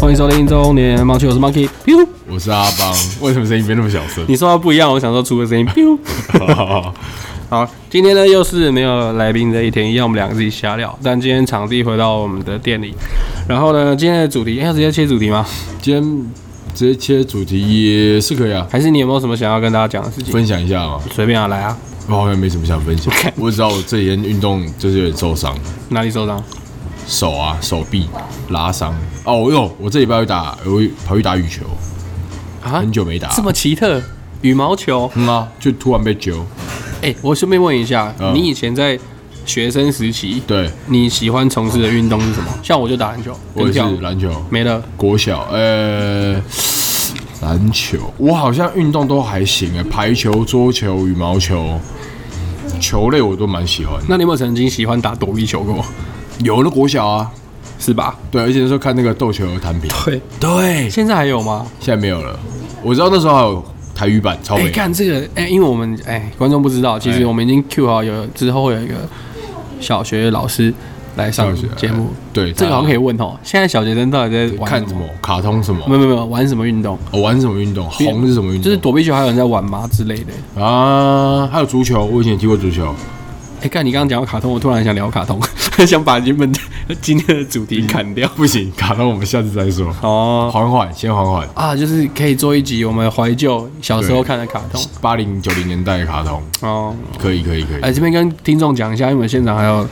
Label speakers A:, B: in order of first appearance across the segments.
A: 欢迎收听中年盲区，我是 Monkey。biu，
B: 我是阿邦，为什么声音变那么小 声？
A: 你说话不一样，我想说出个声音。biu。好，今天呢又是没有来宾的一天，一样我们两个自己瞎聊。但今天场地回到我们的店里，然后呢，今天的主题哎要直接切主题吗？
B: 今天直接切主题也是可以啊，
A: 还是你有没有什么想要跟大家讲的事情？
B: 分享一下嘛。
A: 随便啊，来啊，
B: 我好像没什么想分享
A: OK，
B: 我只知道我这几天运动就是有点受伤，
A: 哪里受伤？
B: 手啊、手臂拉伤。哦哟，我这礼拜要打，我跑去打羽球，
A: 啊
B: 很久没打。
A: 这么奇特，哎羽毛球。
B: 嗯啊，就突然被揪。
A: 哎、我顺便问一下，
B: 嗯
A: 你以前在学生时期，
B: 对，
A: 你喜欢从事的运动是什么？像我就打篮球，
B: 我
A: 跟
B: 也
A: 跳
B: 是
A: 舞，
B: 篮球，
A: 没了。
B: 国小，呃。篮球，我好像运动都还行啊，排球、桌球、羽毛球，球类我都蛮喜欢的。
A: 那你有没有曾经喜欢打躲避球过？
B: 有那国小啊，
A: 是吧？
B: 对，而且那时候看那个斗球弹屏，
A: 对，
B: 对，
A: 现在还有吗？
B: 现在没有了。我知道那时候还有台语版超
A: 哎、
B: 美，
A: 看这个，哎、因为我们哎、观众不知道，其实
B: 哎
A: 我们已经 Q 好有之后会有一个小学老师来上
B: 小学
A: 节目
B: 哎，对
A: 这个好像可以问哦。现在小学生到底在玩
B: 看什么？卡通什么
A: 没？有没有没有玩什么运动？
B: 我玩什么运动？红是什么运动？
A: 就是躲避球，还有人在玩吗之类的？
B: 啊，还有足球，我以前踢过足球。
A: 哎、看你刚刚讲到卡通，我突然想聊卡通， 想把原本的今天的主题砍掉。
B: 不行，卡通我们下次再说，
A: 哦
B: 缓缓，先缓缓。
A: 啊，就是可以做一集我们怀旧小时候看的卡通
B: 八零九零年代的卡通，
A: 哦。
B: 可以可以可
A: 哎、
B: 以。
A: 这边跟听众讲一下，因为我们现场还有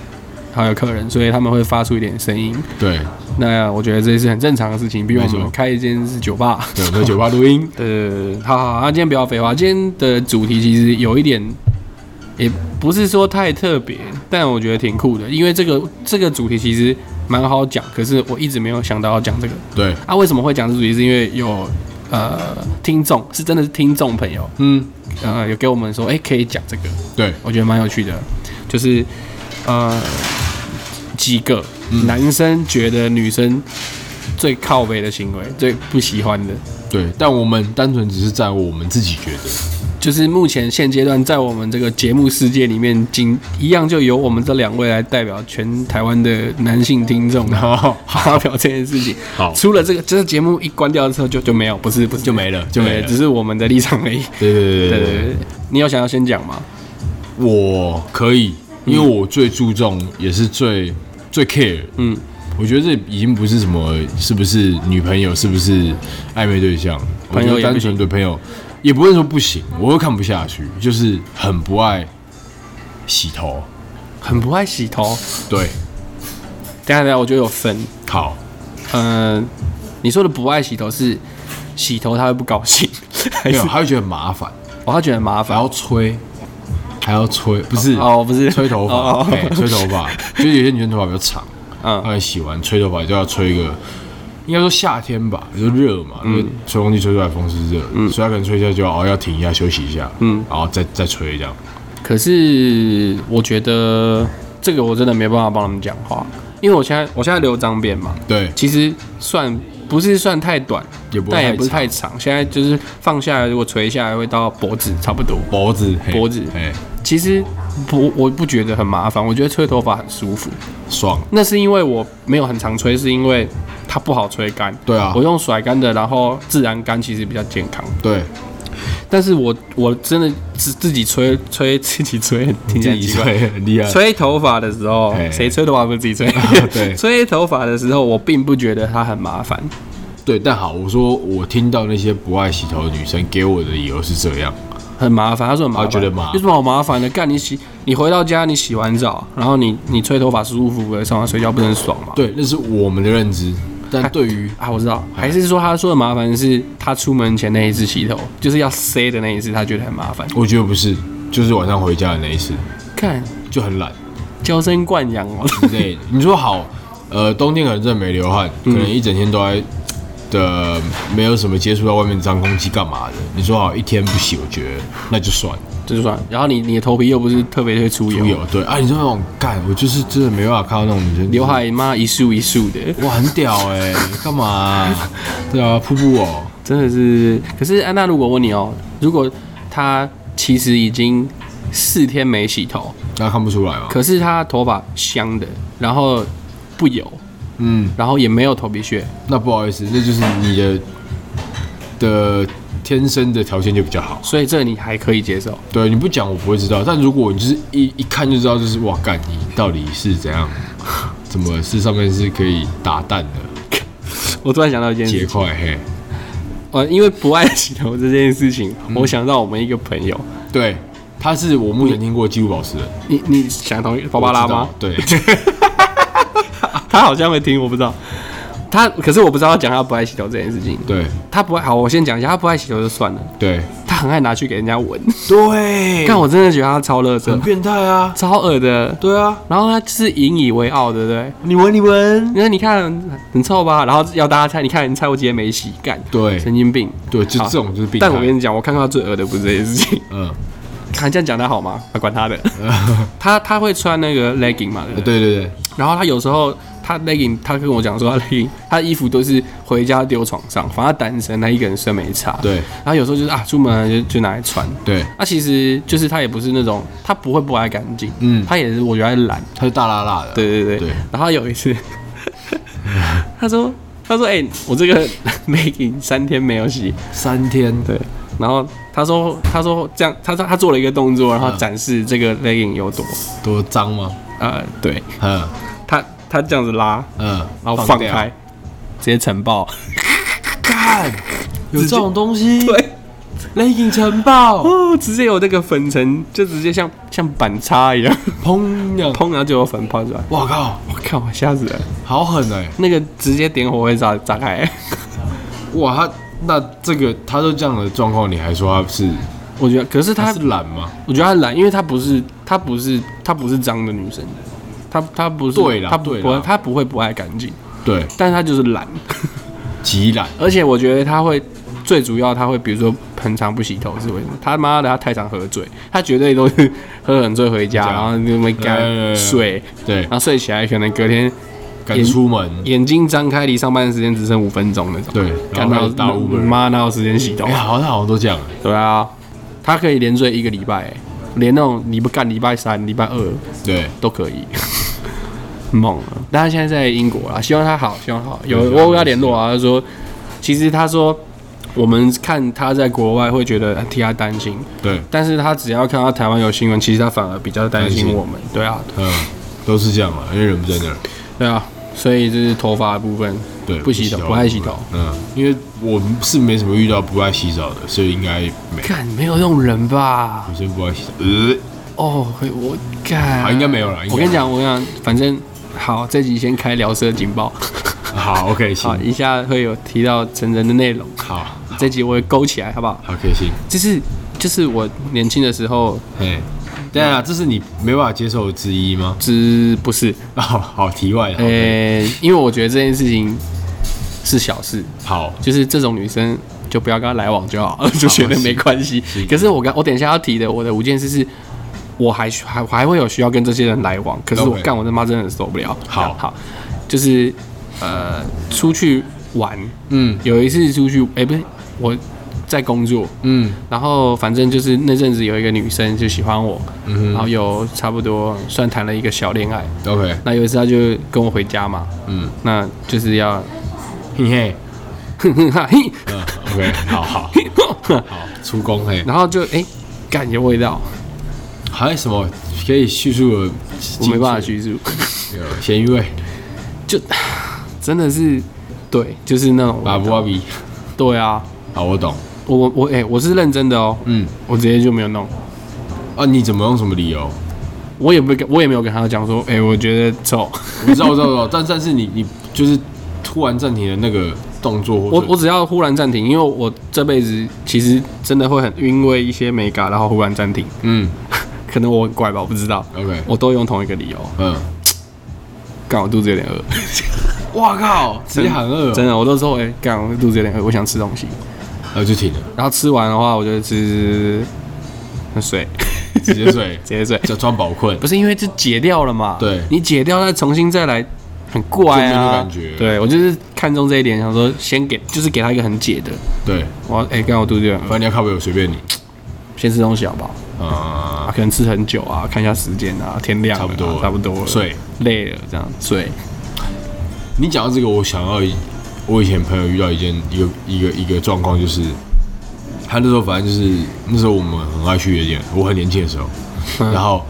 A: 还有客人，所以他们会发出一点声音。
B: 对
A: 那我觉得这是很正常的事情，毕竟我
B: 没
A: 们
B: 错
A: 开一间是酒吧。
B: 对，我们在酒吧 录音，
A: 呃，好好，那今天不要废话，今天的主题其实有一点，也不是说太特别，但我觉得挺酷的，因为这个这个主题其实蛮好讲，可是我一直没有想到要讲这个。
B: 对，
A: 啊，为什么会讲这主题？是因为有呃听众，是真的是听众朋友，
B: 嗯，
A: 呃，有给我们说，哎、可以讲这个，
B: 对，
A: 我觉得蛮有趣的，就是呃几个
B: 嗯
A: 男生觉得女生最靠背的行为，最不喜欢的，
B: 对。但我们单纯只是在我们自己觉得，
A: 就是目前现阶段在我们这个节目世界里面，仅一样就由我们这两位来代表全台湾的男性听 众
B: 好
A: 发表这件事情。
B: 好
A: 除了这个，这个节目一关掉之后就就没有，不是不是就
B: 没了 就没了
A: 只是我们的立场而已。
B: 对对对
A: 对
B: 对
A: 对
B: 对
A: 对，你有想要先讲吗？
B: 我可以，因为我最注重，也是最最 care。
A: 嗯
B: 嗯，我觉得这已经不是什么是不是女朋友，是不是暧昧对象，
A: 朋友
B: 我觉
A: 也不
B: 得单
A: 行
B: 纯对朋友，也不会说不行，我又看不下去，就是很不爱洗头。
A: 很不爱洗头。
B: 对，
A: 等一下等一下，我觉得有分。
B: 好，
A: 嗯、你说的不爱洗头是洗头他会不高 兴，还
B: 没
A: 哎是
B: 有，啊还会觉得很麻烦，
A: 哦他觉得很麻
B: 还
A: 烦？
B: 要吹，还要吹，不是
A: 哦，不是
B: 吹头
A: 哦
B: 发，
A: 哦
B: 嘿吹头 发，就是有些女生头发比较长，
A: 嗯
B: 她们洗完吹头发就要吹一个，应该说夏天吧，就热嘛，因为吹风机吹出来风是热，所以她可能吹一下就要哦要停一下休息一下，嗯，然后再再吹这样，
A: 可是我觉得这个我真的没办法帮他们讲话，因为我现在我现在留脏辫嘛，
B: 对，
A: 其实算不是算太短，
B: 也不会
A: 但也
B: 太
A: 不是
B: 长
A: 太长。现在就是放下来，如果垂下来会到脖子差不多。
B: 脖子嘿
A: 脖子
B: 哎
A: 其实不，我不觉得很麻烦，我觉得吹头发很舒服。
B: 爽，
A: 那是因为我没有很常吹，是因为它不好吹干。
B: 对啊
A: 我用甩干的，然后自然干其实比较健康。
B: 对，
A: 但是我我真的自自己吹吹自己吹，听起来很
B: 自己
A: 奇怪。
B: 吹很厉害，
A: 吹头发的时候，
B: 哎
A: 谁吹头发不是自己 吹？
B: 啊 对
A: 吹头发的时候，我并不觉得它很麻烦。
B: 对，但好，我说我听到那些不爱洗头的女生给我的理由是这样，
A: 很麻烦，他说很麻烦，
B: 啊觉得麻烦
A: 有什么好麻烦的？干你洗，你回到家，你洗完澡，然后你你吹头发舒舒服服的，上床睡觉，不是很爽吗？
B: 对，那是我们的认知，但对于
A: 啊，我知道，还是说他说的麻烦是他出门前那一次洗头，就是要塞的那一次，他觉得很麻烦。
B: 我觉得不是，就是晚上回家的那一次
A: 看，
B: 就很懒
A: 娇生惯养哦，
B: 之类的。你说好，呃，冬天可能真的没流汗，可能一整天都在的没有什么接触到外面脏空气干嘛的。你说好一天不洗，我觉得那就算了。
A: 这就算了。然后你你的头皮又不是特别会出油，
B: 不有对啊，你说那种干，我就是真的没办法看到那种女生
A: 刘，海妈一束一束的，
B: 哇，很屌哎、干嘛、对啊，瀑布哦，
A: 真的是。可是安娜，如果问你哦，如果她其实已经四天没洗头，
B: 大家看不出来吗？
A: 可是她头发香的，然后不油，
B: 嗯，
A: 然后也没有头皮屑。
B: 那不好意思，那就是你的的天生的条件就比较好。
A: 所以这你还可以接受。
B: 对，你不讲我不会知道，但如果你就是一一看就知道，就是哇，干你到底是怎样， 怎么是上面是可以打蛋的
A: 我突然想到一件
B: 结
A: 事，
B: 块嘿？
A: 呃，因为不爱洗头这件事情，我想到我们一个朋友，
B: 对，他是我目前听过纪录保持人，
A: 你你想同芭芭
B: 巴
A: 拉吗？？
B: 对，
A: 他好像会听，我不知道。他可是我不知道他讲他不爱洗头这件事情。
B: 对，
A: 他不爱好，我先讲一下，他不爱洗头就算了，
B: 对，
A: 他很爱拿去给人家闻。
B: 嗯对
A: 但我真的觉得他超乐色
B: 很，变态啊！
A: 超恶的。
B: 对啊，
A: 然后他就是引以为傲，对不对？
B: 你闻你闻，
A: 因为你看很臭吧，然后要大家猜，你看你猜我今天没洗，干，
B: 对
A: 神经病。
B: 对，就
A: 好
B: 这种就是病态。
A: 但我跟你讲，我看到最恶的不是这件事情。
B: 嗯，
A: 看这样讲他好吗？啊，管他的。他他会穿那个 legging 嘛，对不对？
B: 对对对，
A: 然后他有时候他 legging，他跟我讲说他 legging，他的衣服都是回家丢床上，反正他单身，他一个人身没差。
B: 对。
A: 然后有时候就是啊，出门就就拿来穿。
B: 对，
A: 那、其实就是他也不是那种，他不会不爱干净，
B: 嗯
A: 他也是我觉得他懒，
B: 他是大辣辣的。
A: 对对对。
B: 对
A: 然后有一次， 他说他说哎、我这个 making 三天没有洗，
B: 三天，
A: 对，然后他说他说这样，他说他做了一个动作，然后
B: 嗯
A: 展示这个 legging 有多
B: 多脏吗？
A: 呃，对
B: 嗯
A: 他他这样子拉，
B: 嗯，
A: 然后放
B: 掉
A: 开，，直接晨爆，
B: 干，有这种东西，
A: 对，
B: ，legging 城堡，
A: 哦，直接有那个粉尘，就直接像像板擦 一样，
B: 砰两，
A: 砰，然后就有粉泡出来，
B: 哇靠，
A: 我靠，我吓死人，
B: 好狠哎！
A: 那个直接点火会炸炸开，
B: 哇，他那这个他都这样的状况，你还说他是
A: 我觉得，可是
B: 他
A: 他
B: 是懒吗？
A: 我觉得她懒，因为她不是她不是她不是脏的女生，她她不是
B: 对啦
A: 她不
B: 对啦
A: 不她不会不爱干净，
B: 对，
A: 但她就是懒，
B: 极懒，
A: 而且我觉得她会最主要她会比如说很常不洗头是为什么？他妈的她太常喝醉，她绝对都是喝很醉回家，
B: 回家
A: 然后就没
B: 对对
A: 干
B: 对
A: 睡，
B: 对
A: 然，后睡起来可能隔天
B: 敢出门，
A: 眼睛张开离上班的时间只剩五分钟那种，
B: 对
A: 干
B: 然
A: 到嗯
B: 后开始打 Uber
A: 妈哪有时间洗头啊
B: 哎，？ 好像好像都这样欸，
A: 对啊，她可以连睡一个礼拜、欸连那种你不干礼拜三、礼拜二。
B: 对，
A: 都可以， 很猛啊！但他现在在英国啊啦，希望他好，希望好。有
B: 对
A: 我有跟他联络啊，他说，其实他说我们看他在国外会觉得呃替他担心，
B: 对，
A: 但是他只要看到台湾有新闻，其实他反而比较担
B: 担
A: 心
B: 心
A: 我们。对啊，
B: 嗯，都是这样嘛，因为人不在那儿，
A: 对啊，所以就是头发的部分，
B: 对，
A: 不洗头，不爱洗头。，
B: 嗯，因为我是没什么遇到不爱洗澡的，所以应该没，
A: 看没有这种人吧？
B: 女生不爱洗澡，呃，
A: 哦，我
B: 好，
A: 看
B: 应该没有了，应该
A: 我跟你讲，我跟你讲，反正好，这集先开聊色警 报，
B: 好，OK，行
A: 好，，一下会有提到成人的内容。
B: 好，
A: 这集我会勾起来，好不好？
B: 好，可以行，
A: 就是就是我年轻的时候
B: 嘿，
A: 嗯
B: 对啊，这是你没办法接受之一吗？
A: 之不是，
B: 哦，好，题外，
A: 呃、因为我觉得这件事情是小事，
B: 好，
A: 就是这种女生就不要跟她来往就好， 就觉得没关系
B: 是。
A: 可是我刚我等一下要提的我的五件事是。我还需还还会有需要跟这些人来往，可是我
B: OK
A: 干我他妈真的很受不了。
B: 好
A: 好，就是呃出去玩，
B: 嗯
A: 有一次出去，哎、不是我在工作，
B: 嗯
A: 然后反正就是那阵子有一个女生就喜欢我，
B: 嗯
A: 然后
B: 哼
A: 有差不多算谈了一个小恋爱。
B: ，OK，
A: 那有一次她就跟我回家嘛，
B: 嗯，
A: 那就是要
B: 嘿嘿，
A: 哼哼哈嘿，
B: 嗯，OK，好好
A: 嘿 哼
B: 好，出工嘿，
A: 然后就哎，感、有味道，
B: 还有什么可以叙述的？
A: 我没办法，叙述，
B: 有咸鱼味，
A: 就真的是对，就是那种
B: 巴布阿 比，
A: 对啊，
B: 好，我懂，
A: 我我哎、我是认真的哦，
B: 嗯，
A: 我直接就没有弄，
B: 啊，你怎么用什么理由？
A: 我也不跟我也没有跟她讲说，哎、我觉得臭，
B: 我知道，我知道，我知道，但但是你你就是突然暂停的那个动作，
A: 我我只要忽然暂停，因为我这辈子其实真的会很因为一些美感，然后忽然暂停，
B: 嗯
A: 可能我很怪吧，我不知道，
B: ，OK，
A: 我都用同一个理由。
B: 嗯，
A: 干，我肚子有点饿，
B: 哇靠，直接喊哦饿，
A: 真的，我都说，哎、干，我肚子有点饿，我想吃东西。
B: 然后就停了，
A: 然后吃完的话，我就吃水，，
B: 直接睡
A: 直接睡。
B: 假装饱困
A: 不，是因为这解掉了嘛？
B: 对
A: 你解掉再重新再来，很怪
B: 就没
A: 啊。
B: 有感觉
A: 对我就是看中这一点，想说先给，就是给他一个很解的。
B: 对，
A: 我哎，干、我肚子有点
B: 反
A: 饿，
B: 正你要靠背我随便你，
A: 先吃东西好不好？啊，
B: 啊，
A: 可能吃很久啊，看一下时间啊，天亮了
B: 差
A: 啊
B: 不多，
A: 差不多了，
B: 睡，
A: 累了这样睡。
B: 你讲到这个，我想到一我以前朋友遇到一件一个一个一个状况，就是他那时候反正就是那时候我们很爱去夜店，我很年轻的时候，
A: 嗯
B: 然后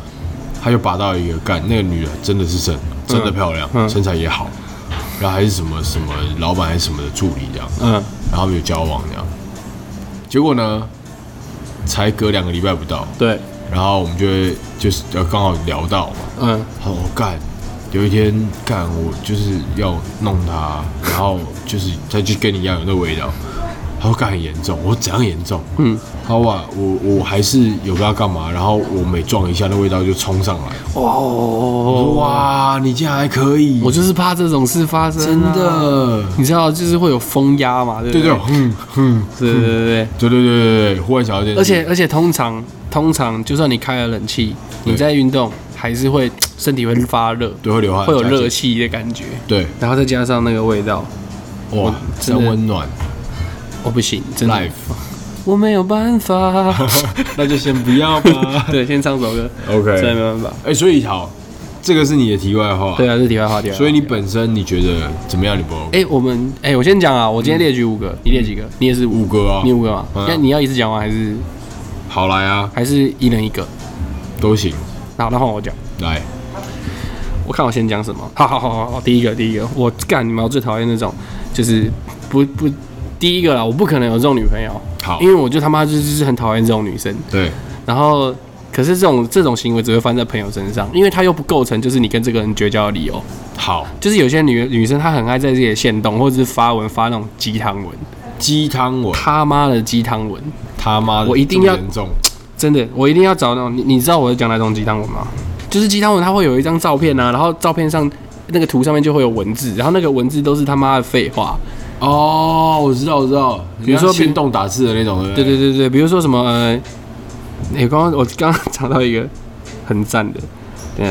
B: 他就拔到一个干，那个女的真的是真的
A: 嗯
B: 真的漂亮，身材也好，然后还是什么什么老板还是什么的助理这样，
A: 嗯，
B: 然后他们有交往这样，结果呢，才隔两个礼拜不到，
A: 对，
B: 然后我们就会就是呃刚好聊到嘛，
A: 嗯，
B: 他说我哦干，有一天干我就是要弄他，然后就是他就跟你一样有那味道。他说干很严重，我说怎样严重？嗯，他说哇，我我还是有不知道干嘛，然后我每撞一下，那味道就冲上来。我说
A: 哦，
B: 哇，你竟然还可以，
A: 我就是怕这种事发生、啊
B: 真，的，
A: 你知道，就是会有风压嘛，对不
B: 对对，
A: 对？
B: 嗯嗯，
A: 对对对对。
B: 对对对对对，忽然想到这件事，
A: 而且而且通常通常就算你开了冷气，
B: 对
A: 你在运动还是会身体会发热，
B: 对会流汗，
A: 会有
B: 加紧
A: 热，气的感觉，
B: 对，
A: 啊然后再加上那个味道，
B: 哇，
A: 哦真
B: 真
A: 的
B: 温暖
A: 我哦不行，真的，
B: life，
A: 我没有办 法。
B: 那就先不要 吧
A: 对，先唱首歌，真的
B: OK，
A: 没办法。
B: 哎，所以好，这个是你的题外话，
A: 对啊，这题外话，题外话。
B: 所以你本身你觉得怎么样？你不 OK？
A: 哎、我们哎、我先讲啊，我今天列举五个，你列几个？你也是五
B: 五，个啊
A: 你，五个嘛？
B: 嗯
A: 那、你要一次讲完还是
B: 好来啊，
A: 还是一人一个？
B: 都行，
A: 好，那换我讲。
B: 来，
A: 我看我先讲什么？好好好好好，第一个第一个，我干你们，我最讨厌那种就是不不第一个啦，我不可能有这种女朋友，
B: 好
A: 因，为我就他妈就是就是很讨厌这种女生。
B: 对，
A: 然后可是这种这种行为只会发生在朋友身上，因为他又不构成就是你跟这个人绝交的理由。
B: 好，
A: 就是有些女女生她很爱在自己的线动或者是发文发那种鸡汤文，
B: 鸡汤我
A: 他妈的鸡汤文，
B: 他妈的，
A: 我一定要
B: 这么严重，
A: 真的，我一定要找那种你你知道我在讲哪种鸡汤文吗？就是鸡汤文，它会有一张照片啊，然后照片上那个图上面就会有文字，然后那个文字都是他妈的废话。
B: 哦，我知道，我知道，
A: 比如说
B: 你看先动打字的那种，
A: 对对
B: 对
A: 对对，比如说什么呃，诶刚刚我刚刚找到一个很赞的，对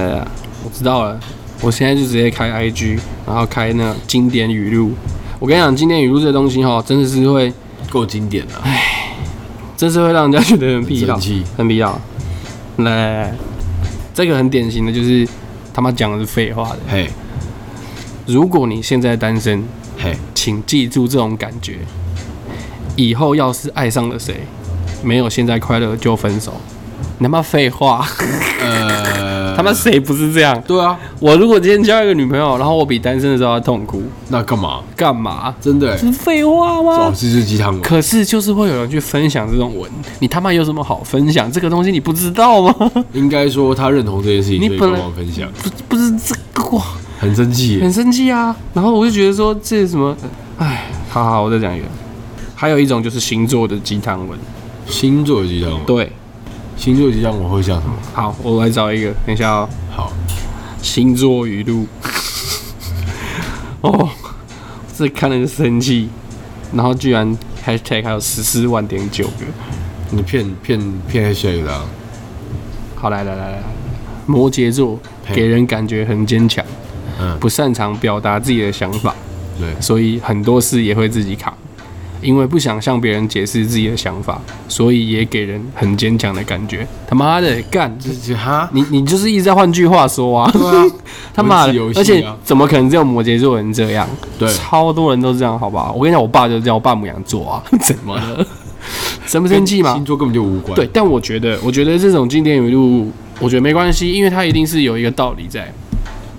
A: 我知道了，我现在就直接开 IG，然后开那经典语录。我跟你讲，经典语录这东西哈，真的是会，
B: 对，够经典了，
A: 真是会让人家觉得很疲劳
B: 很生气，
A: 很疲劳。来来来，这个很典型的就是他妈讲的是废话的。
B: 嘿，
A: 如果你现在单身，
B: 嘿，
A: 请记住这种感觉。以后要是爱上了谁，没有现在快乐就分手。你他妈废话，
B: 呃，
A: 他妈谁不是这样？
B: 对啊，
A: 我如果今天交一个女朋友，然后我比单身的时候还痛苦，
B: 那干嘛？
A: 干嘛？
B: 真的欸，
A: 这是废话
B: 哦，
A: 吗？
B: 这就是鸡汤文。
A: 可是就是会有人去分享这种文，你他妈有什么好分享？这个东西你不知道吗？
B: 应该说他认同这件事情，
A: 你
B: 所以
A: 本
B: 跟
A: 来
B: 我分享，
A: 不不是这个哇，
B: 很生气耶
A: 很。生气啊。然后我就觉得说这是什么，哎，好好，我再讲一个。还有一种就是星座的鸡汤文，
B: 星座鸡汤文，
A: 对，
B: 星座鸡汤我会像什么？
A: 好，我来找一个，等一下哦。
B: 好，
A: 星座语录， 哦，这看了就生气，然后居然 hashtag 还有十四万点九个。
B: 你骗骗骗 hashtag 的啊，
A: 好，来来来来，摩羯座
B: 嘿
A: 给人感觉很坚强，
B: 嗯，
A: 不擅长表达自己的想法，
B: 对，
A: 所以很多事也会自己扛。因为不想向别人解释自己的想法，所以也给人很坚强的感觉。他妈的，干！
B: 就是 哈，
A: 你你就是一直在换句话说啊，
B: 对啊，
A: 他妈的
B: 文字游，戏啊
A: 而且怎么可能只有摩羯座人这样？
B: 对
A: 超多人都这样，好不好？我跟你讲，我爸就是这样，我爸母羊座啊， 怎么了？生不生气嘛
B: 星？座根本就无关，
A: 对，，但我觉得，我觉得这种经典语录，我觉得没关系，因为它一定是有一个道理在。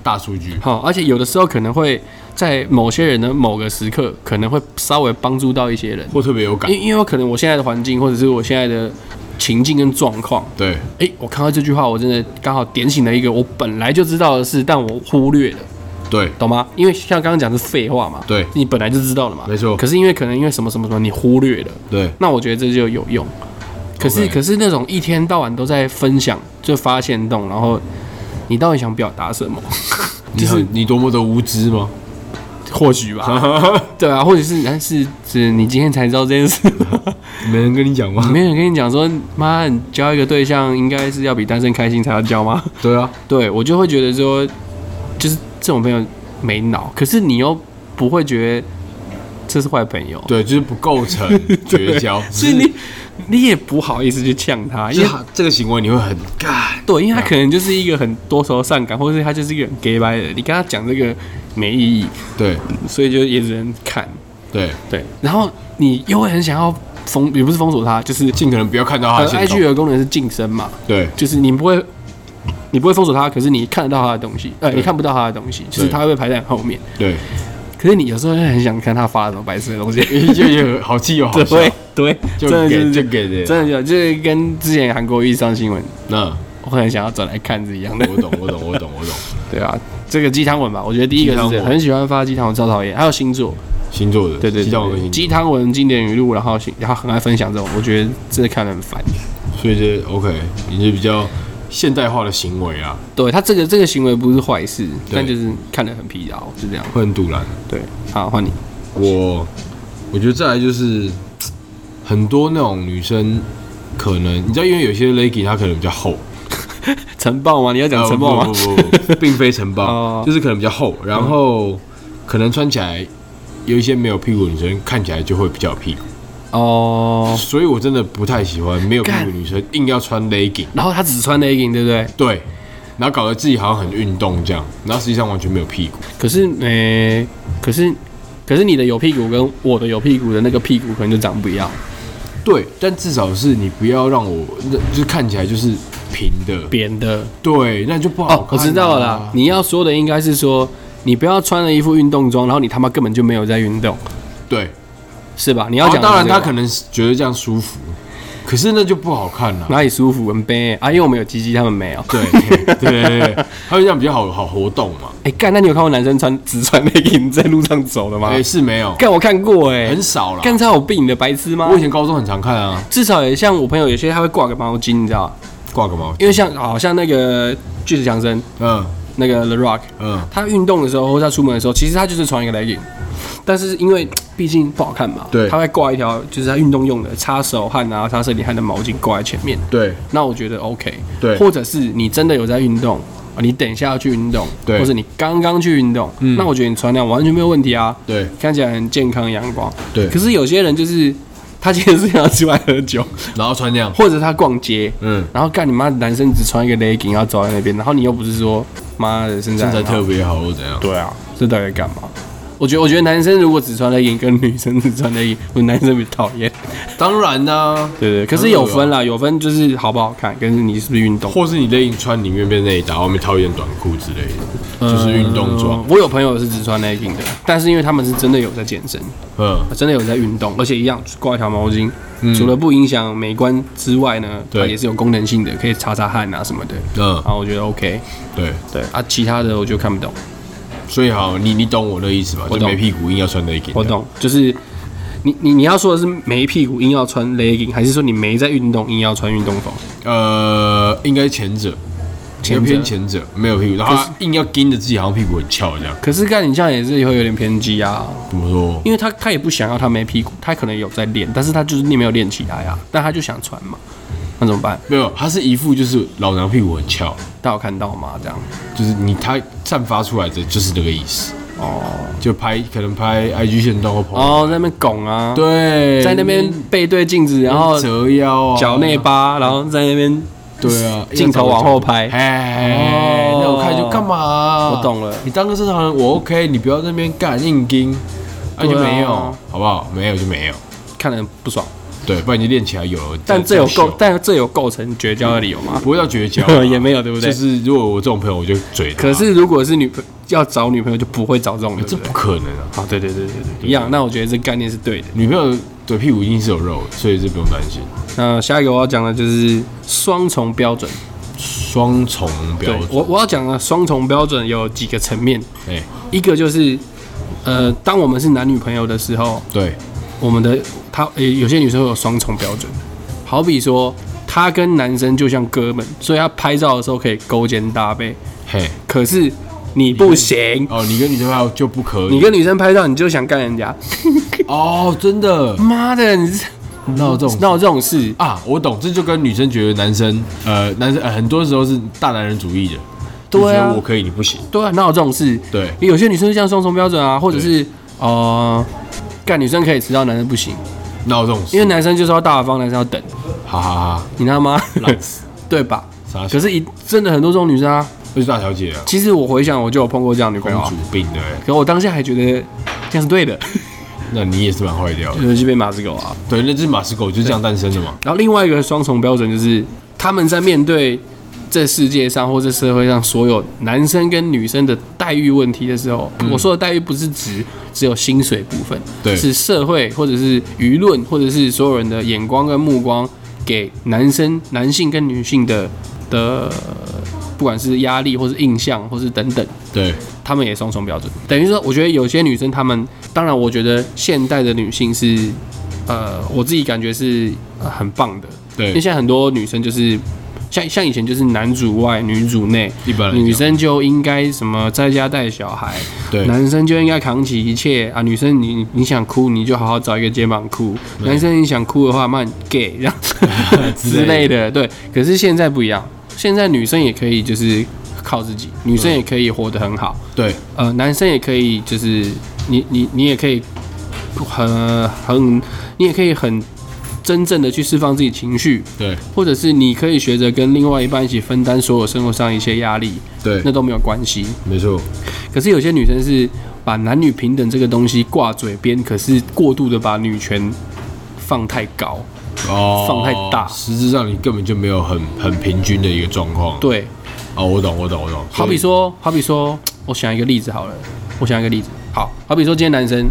B: 大数据，
A: 好，而且有的时候可能会在某些人的某个时刻，可能会稍微帮助到一些人，
B: 或特别有感，
A: 因因为可能我现在的环境，或者是我现在的情境跟状况，
B: 对，
A: 诶，我看到这句话，我真的刚好点醒了一个我本来就知道的事，但我忽略了。
B: 对，
A: 懂吗？因为像刚刚讲的是废话嘛，
B: 对
A: 你本来就知道了嘛，
B: 没错
A: 可是因为可能因为什么什么什么你忽略了，
B: 对，
A: 那我觉得这就有用。可是
B: OK
A: 可是那种一天到晚都在分享，就发现动，然后你到底想表达什么？
B: 你很你多么的无知吗？
A: 或许吧， 对啊，或者是但是是你今天才知道这件 事，
B: 没人跟你讲吗？
A: 没有人跟你讲说，妈，你交一个对象应该是要比单身开心才要交 吗？
B: 对啊，
A: 对我就会觉得说，就是这种朋友没脑，可是你又不会觉得这是坏朋友，
B: 对，就是不构成 绝交，
A: 所以你你也不好意思去呛他，因
B: 就是
A: 为
B: 他这个行为你会很干，
A: 对，因为他可能就是一个很多愁善感，或者是他就是一个很 gay 白的人，你跟他讲这个没意义，
B: 对
A: 所以就也只能看。
B: 对，
A: 对，然后你又会很想要封，也不是封锁他，就是
B: 尽可能不要看到他
A: 呃
B: 的现
A: ，IG
B: 状。
A: 有个功能是晋升嘛，
B: 对
A: 就是你不会，你不会封锁他，可是你看得到他的东西，呃，你看不到他的东西，就是
B: 对
A: 他会排在很后面。
B: 对，
A: 可是你有时候会很想看他发什么白色的东西。
B: 就有好气又好笑，
A: 对对，
B: 就
A: 真的
B: 给
A: 是
B: 就给的。
A: 真的有，就是跟之前韩国遇上新闻，
B: 那
A: 我很想要转来看是一样的。
B: 我懂，我懂，我懂，我懂。
A: 对啊，这个鸡汤文吧，我觉得第一个是
B: 鸡汤
A: 这
B: 文
A: 个很喜欢发鸡汤文，超讨厌。还有星座，
B: 星座的，
A: 对对
B: 鸡汤跟
A: 对，
B: 星座
A: 鸡汤文、经典语录，然后星然后很爱分享这种，我觉得真的看得很烦。
B: 所以这 OK，你是比较现代化的行为啊，
A: 对他这个这个行为不是坏事，
B: 对
A: 但就是看得很疲劳，是这样。
B: 会很堵然。
A: 对，好，换你。
B: 我我觉得再来就是很多那种女生，可能你知道，因为有些 leggy 它可能比较厚，
A: 晨报吗？你要讲晨报
B: 呃
A: 吗？
B: 不不不不，并非晨
A: 哦
B: 报，就是可能比较厚，然后可能穿起来有一些没有屁股的女生看起来就会比较有屁股，
A: 哦，
B: 所以我真的不太喜欢没有屁股
A: 干
B: 的女生硬要穿 legging，
A: 然后他只穿 legging，对不对？
B: 对，然后搞得自己好像很运动这样，然后实际上完全没有屁股，
A: 可是，诶、可是，可是你的有屁股跟我的有屁股的那个屁股可能就长不一样，
B: 对，但至少是你不要让我，那就是看起来就是平的，
A: 扁的。
B: 对，那就不好看、
A: 哦，我知道了啦。你要说的应该是说，你不要穿了一副运动装，然后你他妈根本就没有在运动，
B: 对，
A: 是吧？你要
B: 然
A: 讲
B: 后
A: 的是这个、
B: 哦当然他可能是觉得这样舒服，可是那就不好看了、
A: 哪里舒服很悲啊，因为我们有鸡鸡，他们没有。
B: 对对对对，他会这样比较好好活动嘛？
A: 哎、干，那你有看过男生穿只穿 legging 在路上走的吗
B: 哎、？是没有，
A: 啊干、我看过哎、
B: 很少啦。
A: 干他有病，你的白痴吗
B: 我？以前高中很常看啊，
A: 至少也像我朋友有些他会挂个毛巾，你知道吗？
B: 挂个毛巾，
A: 因为像好像那个巨石强森
B: 嗯
A: 那个 The Rock，
B: 嗯，
A: 他运动的时候或者他出门的时候，其实他就是穿一个 legging，但是因为毕竟不好看嘛，
B: 对
A: 他会挂一条就是他运动用的擦手汗啊、擦身体汗的毛巾挂在前面，
B: 对
A: 那我觉得 OK。
B: 对
A: 或者是你真的有在运动，啊你等一下要去运动，
B: 对
A: 或者你刚刚去运动，
B: 嗯
A: 那我觉得你穿那样完全没有问题啊，
B: 对
A: 看起来很健康阳光。
B: 对
A: 可，是有些人就是他今天是要出来喝酒，
B: 然后穿这样，
A: 或者他逛街，
B: 嗯，
A: 然后干你妈男生只穿一个 legging 然后走在那边，然后你又不是说妈的身材
B: 身
A: 很
B: 材
A: 好
B: 特别好或怎样？
A: 对啊，这到底在干嘛？我觉得，我觉得男生如果只穿 legging 跟女生只穿 legging，我男生比较讨厌。
B: 当然啊啦、
A: 对对，可是有分啦，有分就是好不好看，跟你是不是运动，
B: 或是你 legging 穿里面变内搭，外面套一件短裤之类的，就是运动装
A: 呃。我有朋友是只穿 legging 的，但是因为他们是真的有在健身，
B: 嗯，
A: 真的有在运动，而且一样挂一条毛巾，
B: 嗯
A: 除了不影响美观之外呢，它
B: 对
A: 也是有功能性的，可以擦擦汗啊什么的。
B: 嗯，
A: 啊，我觉得 OK。
B: 对，
A: 对啊，其他的我就看不懂。
B: 所以好，你你懂我的意思吧？
A: 我
B: 就
A: 懂
B: 没屁股硬要穿 legging，
A: 我懂，就是你你你要说的是没屁股硬要穿 legging，还是说你没在运动硬要穿运动服？
B: 呃，应该前者，
A: 前者
B: 应该偏前者，没有屁股，然后他硬要盯着自己，好像屁股很翘这样。
A: 可是干你这样也是会有点偏激啊，
B: 怎么说？
A: 因为他他也不想要他没屁股，他可能有在练，但是他就是没有练起来啊，但他就想穿嘛，那怎么办？
B: 没有，他是一副就是老娘屁股很翘，
A: 大家有看到吗？这样
B: 就是你他散发出来的就是这个意思，
A: 哦
B: 就拍可能拍 IG 线动或朋友，
A: 哦，在那边拱啊，
B: 对，
A: 在那边背对镜子，然后
B: 折腰啊，
A: 脚内八，然后在那边，
B: 对啊，
A: 镜头往后拍
B: 哎，
A: 哦
B: 那我看就干嘛？
A: 我懂了
B: 你当个正常人，我 OK，你不要在那边干硬盯，啊
A: 对啊
B: 就没有，好不好？没有就没有，
A: 看得很不爽。
B: 对，不然你就练起来有了，
A: 但这有
B: 再
A: 构
B: 秀，
A: 但这有构成绝交的理由吗？
B: 不会到绝交 啊
A: 也没有对不对
B: 就是如果我这种朋友，我就嘴他。
A: 可是如果是女朋要找女朋友，就不会找这种人，
B: 这
A: 对不
B: 不
A: 对？
B: 可能啊！
A: 嗯啊，对对对对对，一样。那我觉得这概念是对的。
B: 女朋友的屁股一定是有肉的，所以这不用担心。
A: 那下一个我要讲的就是双重标准。
B: 双重标
A: 对
B: 准，
A: 我我要讲的双重标准有几个层面，
B: 哎，
A: 一个就是，呃，当我们是男女朋友的时候，
B: 对，
A: 我们的他呃有些女生会有双重标准，好比说她跟男生就像哥们，所以她拍照的时候可以勾肩搭背，
B: 嘿，
A: 可是你不行，
B: 哦，你跟女生拍就不可以，
A: 你跟女生拍照你就想干人家，
B: 哦，真的，
A: 妈的，你是
B: 那有这种事
A: 闹这种事，
B: 啊，我懂，这就跟女生觉得男生，呃，男生、呃很多时候是大男人主义的，就
A: 对啊
B: 觉得我可以，你不行，
A: 对啊，哪有这种事？
B: 对
A: 有些女生就像双重标准啊，或者是呃，干女生可以迟到，男生不行，
B: 闹这种事，
A: 因为男生就是要大方，男生要等，
B: 哈哈哈，
A: 你知道吗？
B: 烂死，
A: 对吧？
B: 傻小
A: 可是一真的很多这种女生啊。
B: 那是大小姐啊，
A: 其实我回想，我就有碰过这样的女朋
B: 公
A: 友啊、
B: 主病对不对，
A: 可我当下还觉得这样是对的，
B: 那你也是蛮坏掉的。
A: 就是被马子狗啊。
B: 对，那只马斯狗就是这样诞生的嘛。
A: 然后另外一个双重标准就是，他们在面对这世界上或这社会上所有男生跟女生的待遇问题的时候，我说的待遇不是指只有薪水部分，
B: 对
A: 是社会或者是舆论或者是所有人的眼光跟目光给男生、男性跟女性的的，不管是压力或是印象或是等等。
B: 对，
A: 他们也双重标准，等于说，我觉得有些女生，她们当然，我觉得现代的女性是，呃，我自己感觉是呃很棒的，因为
B: 对，
A: 现在很多女生就是呃像像以前就是男主外女主内，
B: 一般来讲
A: 女生就应该什么在家带小孩，
B: 对
A: 男生就应该扛起一切啊。女生你你想哭你就好好找一个肩膀哭，男生你想哭的话，慢 gay 这样之类的，对。可是现在不一样，现在女生也可以就是靠自己，女生也可以活得很好，
B: 对，
A: 呃，男生也可以，就是你你你也可以很很，你也可以很真正的去释放自己情绪，
B: 对，
A: 或者是你可以学着跟另外一半一起分担所有生活上一些压力，那
B: 对，
A: 都没有关系。
B: 没错，
A: 可是有些女生是把男女平等这个东西挂嘴边，可是过度的把女权放太高，
B: 哦，
A: 放太大
B: 实质上你根本就没有很很平均的一个状况。，
A: 对，
B: 哦，我懂，我懂，我懂。
A: 好比说，好比说，我想一个例子好了，我想一个例子，好，好比说今天男生，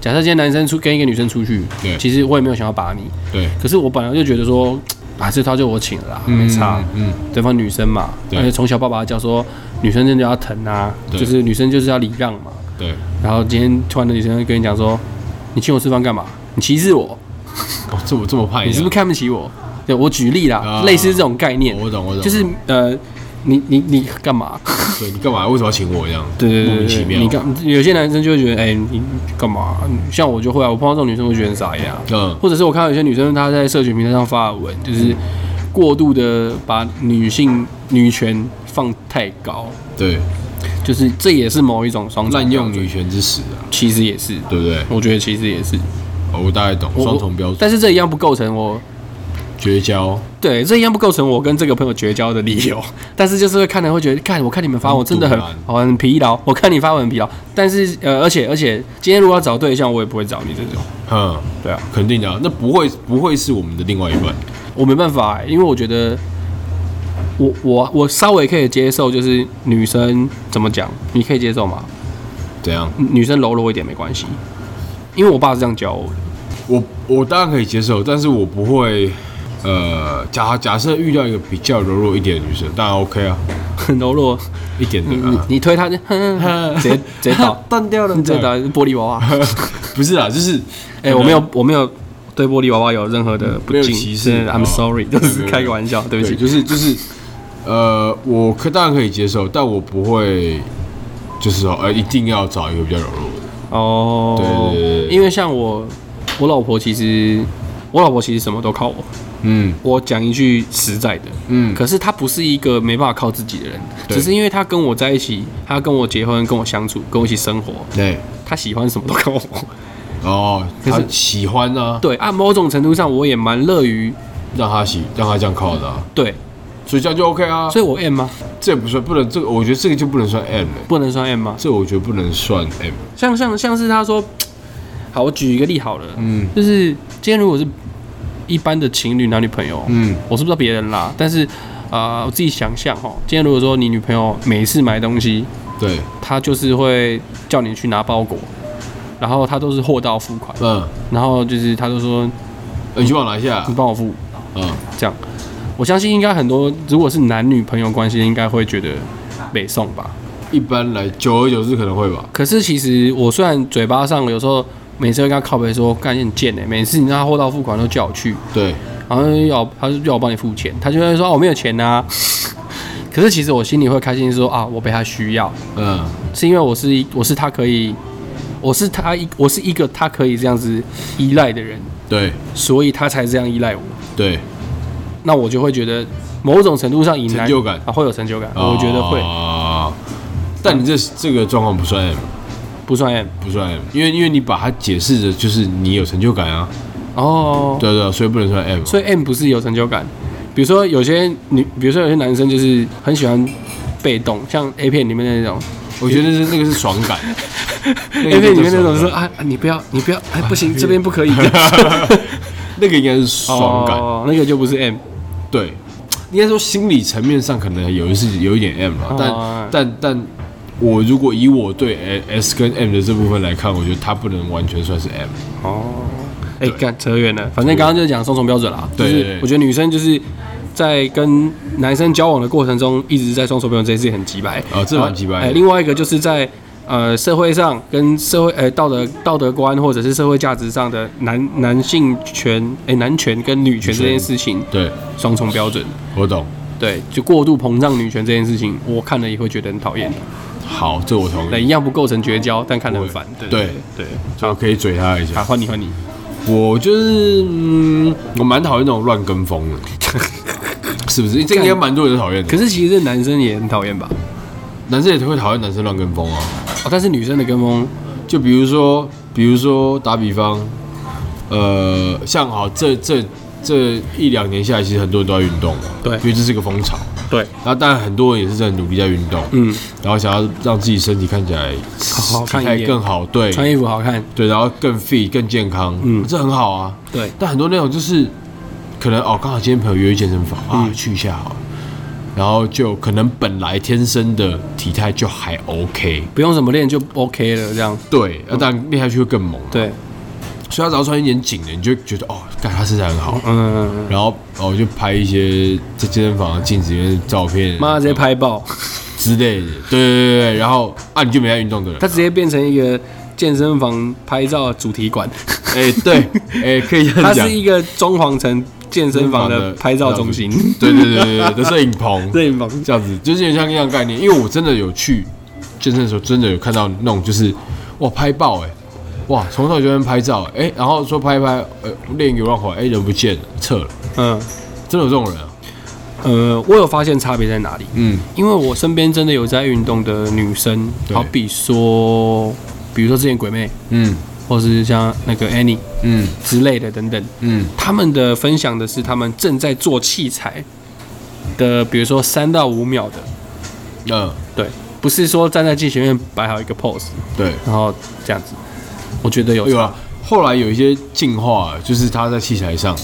A: 假设今天男生出跟一个女生出去
B: 对，
A: 其实我也没有想要把你，
B: 所以，对，
A: 可是我本来就觉得说，啊，这套就我请了啦，
B: 嗯
A: 没差。
B: 嗯，
A: 对方女生嘛，
B: 对
A: 而且从小爸爸教说，女生真的要疼啊，
B: 对
A: 就是女生就是要礼让嘛。
B: 对，
A: 然后今天突然的女生跟你讲说，你请我吃饭干嘛？你歧视我？
B: 哦，这么这么派，
A: 你是不是看不起我？对我举例啦
B: 啊，
A: 类似这种概念
B: 哦，我懂，我懂，
A: 就是呃，你你你干嘛？
B: 对你干嘛？为什么要请我这样？
A: 对对
B: 莫
A: 对
B: 名其
A: 对对，
B: 妙。
A: 你干有些男生就会觉得，哎、你你干嘛？像我就会啊，我碰到这种女生，我会觉得很傻眼啊。
B: 嗯，
A: 或者是我看到有些女生她在社群平台上发的文，就是过度的把女性女权放太高，
B: 对，
A: 就是这也是某一种双重
B: 滥用
A: 标准，
B: 女权之实啊，
A: 其实也是，
B: 对不对？
A: 我觉得其实也是
B: 哦我大概懂，
A: 我
B: 双重标准，
A: 但是这一样不构成我。
B: 绝交。
A: 对，这一样不构成我跟这个朋友绝交的理由， 但是就是会看人会觉得，看我看你们发文真的很
B: 很堵
A: 好很疲劳，我看你发文很疲劳，但是呃，而且而且今天如果要找对象，我也不会找你这种，
B: 嗯，
A: 对啊，
B: 肯定的啊，那不会不会是我们的另外一半。
A: 我没办法、欸，因为我觉得我我我稍微可以接受，就是女生怎么讲，你可以接受吗？
B: 怎样？
A: 女生柔柔一点没关系，因为我爸是这样教我的。
B: 我我当然可以接受，但是我不会。呃，假假设遇到一个比较柔弱一点的女生，当然 OK 啊，
A: 很 柔弱，
B: 一点的
A: 你
B: 啊，，
A: 你推他， 哼哼直接直接倒
B: 断掉了，
A: 直接倒玻璃娃娃。
B: 不是啦，啊就是
A: 哎、我没有我没有对玻璃娃娃有任何的不
B: 没有
A: 敬
B: 歧视
A: 真的
B: 哦
A: ，I'm sorry，就
B: 没有没
A: 是
B: 有
A: 开个玩笑，对不
B: 对，
A: 起。
B: 就是就是，呃，我可当然可以接受，但我不会，就是说，呃，一定要找一个比较柔弱的。
A: 哦，
B: 对对对对
A: 因为像我，我老婆其实，我老婆其实什么都靠我。
B: 嗯
A: 我讲一句实在的，
B: 嗯，
A: 可是他不是一个没办法靠自己的人，
B: 对
A: 只是因为他跟我在一起，他跟我结婚，跟我相处，跟我一起生活，
B: 对，
A: 他喜欢什么都跟我。
B: 哦，
A: 可
B: 他
A: 是
B: 喜欢 啊，
A: 对啊，某种程度上我也蛮乐于
B: 让他喜，让他这样靠的、啊，
A: 对，
B: 所以这样就 OK 啊。
A: 所以我 M 吗？
B: 这也不算，不能这个，我觉得这个就不能算 M 了、
A: 不能算 M 吗？
B: 这我觉得不能算 M。
A: 像像像是他说，好，我举一个例好了，
B: 嗯
A: 就是今天如果是一般的情侣男女朋友，
B: 嗯，
A: 我是不知道别人啦，但是啊、呃我自己想象哈，今天如果说你女朋友每次买东西，
B: 对，
A: 她就是会叫你去拿包裹，然后她都是货到付款，
B: 嗯，
A: 然后就是她都说
B: 你去帮我拿一下
A: 你，帮我付
B: 嗯，
A: 这样，我相信应该很多如果是男女朋友关系，应该会觉得北宋吧。
B: 一般来，久而久之可能会吧。
A: 可是其实我虽然嘴巴上有时候每次会跟他靠背说干你很贱哎、每次你让他货到付款都叫我去，
B: 对，
A: 然后要他就叫我帮你付钱，他就会说、啊、 我没有钱呐、可是其实我心里会开心说啊，我被他需要，
B: 嗯，
A: 是因为我是一我是他可以，我是他一我是一个他可以这样子依赖的人，
B: 对，
A: 所以他才这样依赖我。
B: 对，
A: 那我就会觉得某种程度上以男
B: 成就感哦
A: 啊会有成就感，我觉得会
B: 啊，但你这这个状况不算 M，
A: 不算 M
B: 不算 M，因为因为你把它解释的就是你有成就感啊，
A: 哦，
B: 对啊对啊，所以不能算 M。
A: 所以 M 不是有成就感，比如说有些女，比如说有些男生就是很喜欢被动，像 A 片里面那种
B: 我觉得是那个是爽 感，那
A: ，A
B: 个
A: 片里
B: 叫
A: 面那种
B: 爽
A: 说
B: 感
A: 啊，啊你不要，你不要，哎，不 行，这边不可以，
B: 那个应该是爽感，
A: 哦，那个就不是 M，
B: 对，应该说心理层面上可能有一是有一点 M 了，
A: 哦
B: 但但但我如果以我对 S 跟 M 的这部分来看，我觉得它不能完全算是 M，
A: 哦，哎，干扯远了，反正刚刚就是讲双重标准啦，就
B: 对对
A: 是
B: 对
A: 我觉得女生就是。在跟男生交往的过程中，一直在双重标准，这件事情很鸡白。
B: 哦这蛮鸡掰的
A: 哎另外一个就是在呃社会上跟社会呃道德道德观或者是社会价值上的男男性权哎、男权跟女权这件事情
B: 对
A: 双重标准。
B: 我懂。
A: 对，就过度膨胀女权这件事情，我看了也会觉得很讨厌。
B: 好，这我同
A: 那
B: 意
A: 一，样不构成绝交，但看得很烦。对
B: 对
A: 对，
B: 就可以嘴他一
A: 好，
B: 下。
A: 换你换你。
B: 我就是，嗯，我蛮讨厌那种乱跟风 的，是不是？这应该蛮多人讨厌的
A: 可。是其实男生也很讨厌吧？
B: 男生也会讨厌男生乱跟风啊。
A: 哦，但是女生的跟风，
B: 就比如说，比如说打比方，呃，像好这这这一两年下来，其实很多人都在运动嘛，
A: 对
B: 因为这是个风潮。
A: 对，
B: 然后当然很多人也是在努力在运动，
A: 嗯，
B: 然后想要让自己身体看起来
A: 好好看一点
B: 体态更好，对，
A: 穿衣服好看，
B: 对，然后更 fit 更健康，
A: 嗯
B: 这很好啊。
A: 对，
B: 但很多那种就是可能哦，刚好今天朋友约去健身房啊，去一下好了，然后就可能本来天生的体态就还 OK，
A: 不用怎么练就 OK 了，这样。
B: 对，那当然练下去会更猛，
A: 对，
B: 所以他只要穿一点紧的，你就会觉得哦，干他身材很好。
A: 嗯，
B: 然后哦，就拍一些在健身房的镜子里面的照片，
A: 妈直接拍爆，
B: 之类的，对对对对，然后啊，你就没在运动的人
A: 他，直接变成一个健身房拍照的主题 馆，
B: 哎，对，哎，可以这
A: 它
B: 样讲
A: 是，一个中皇城健身房的拍照中心，
B: 对对对对对的摄影棚，
A: 摄影房。
B: 这样子，就是有点像这样概念。因为我真的有去健身的时候，真的有看到那种就是哇拍爆哎、哇从头就在那边拍照哎、然后说拍一拍，呃练一个乱跑哎人不见了撤了，
A: 嗯，
B: 真的有这种人啊？
A: 呃，我有发现差别在哪里，
B: 嗯，
A: 因为我身边真的有在运动的女生，
B: 对
A: 好比说，比如说之前鬼妹，
B: 嗯
A: 或是像那个 Annie
B: 嗯
A: 之类的等等，
B: 嗯，
A: 他们的分享的是他们正在做器材的，比如说三到五秒的，
B: 那、
A: 对，不是说站在镜前面摆好一个 pose，
B: 对，
A: 然后这样子，我觉得有
B: 有啊。后来有一些进化，啊就是他在器材上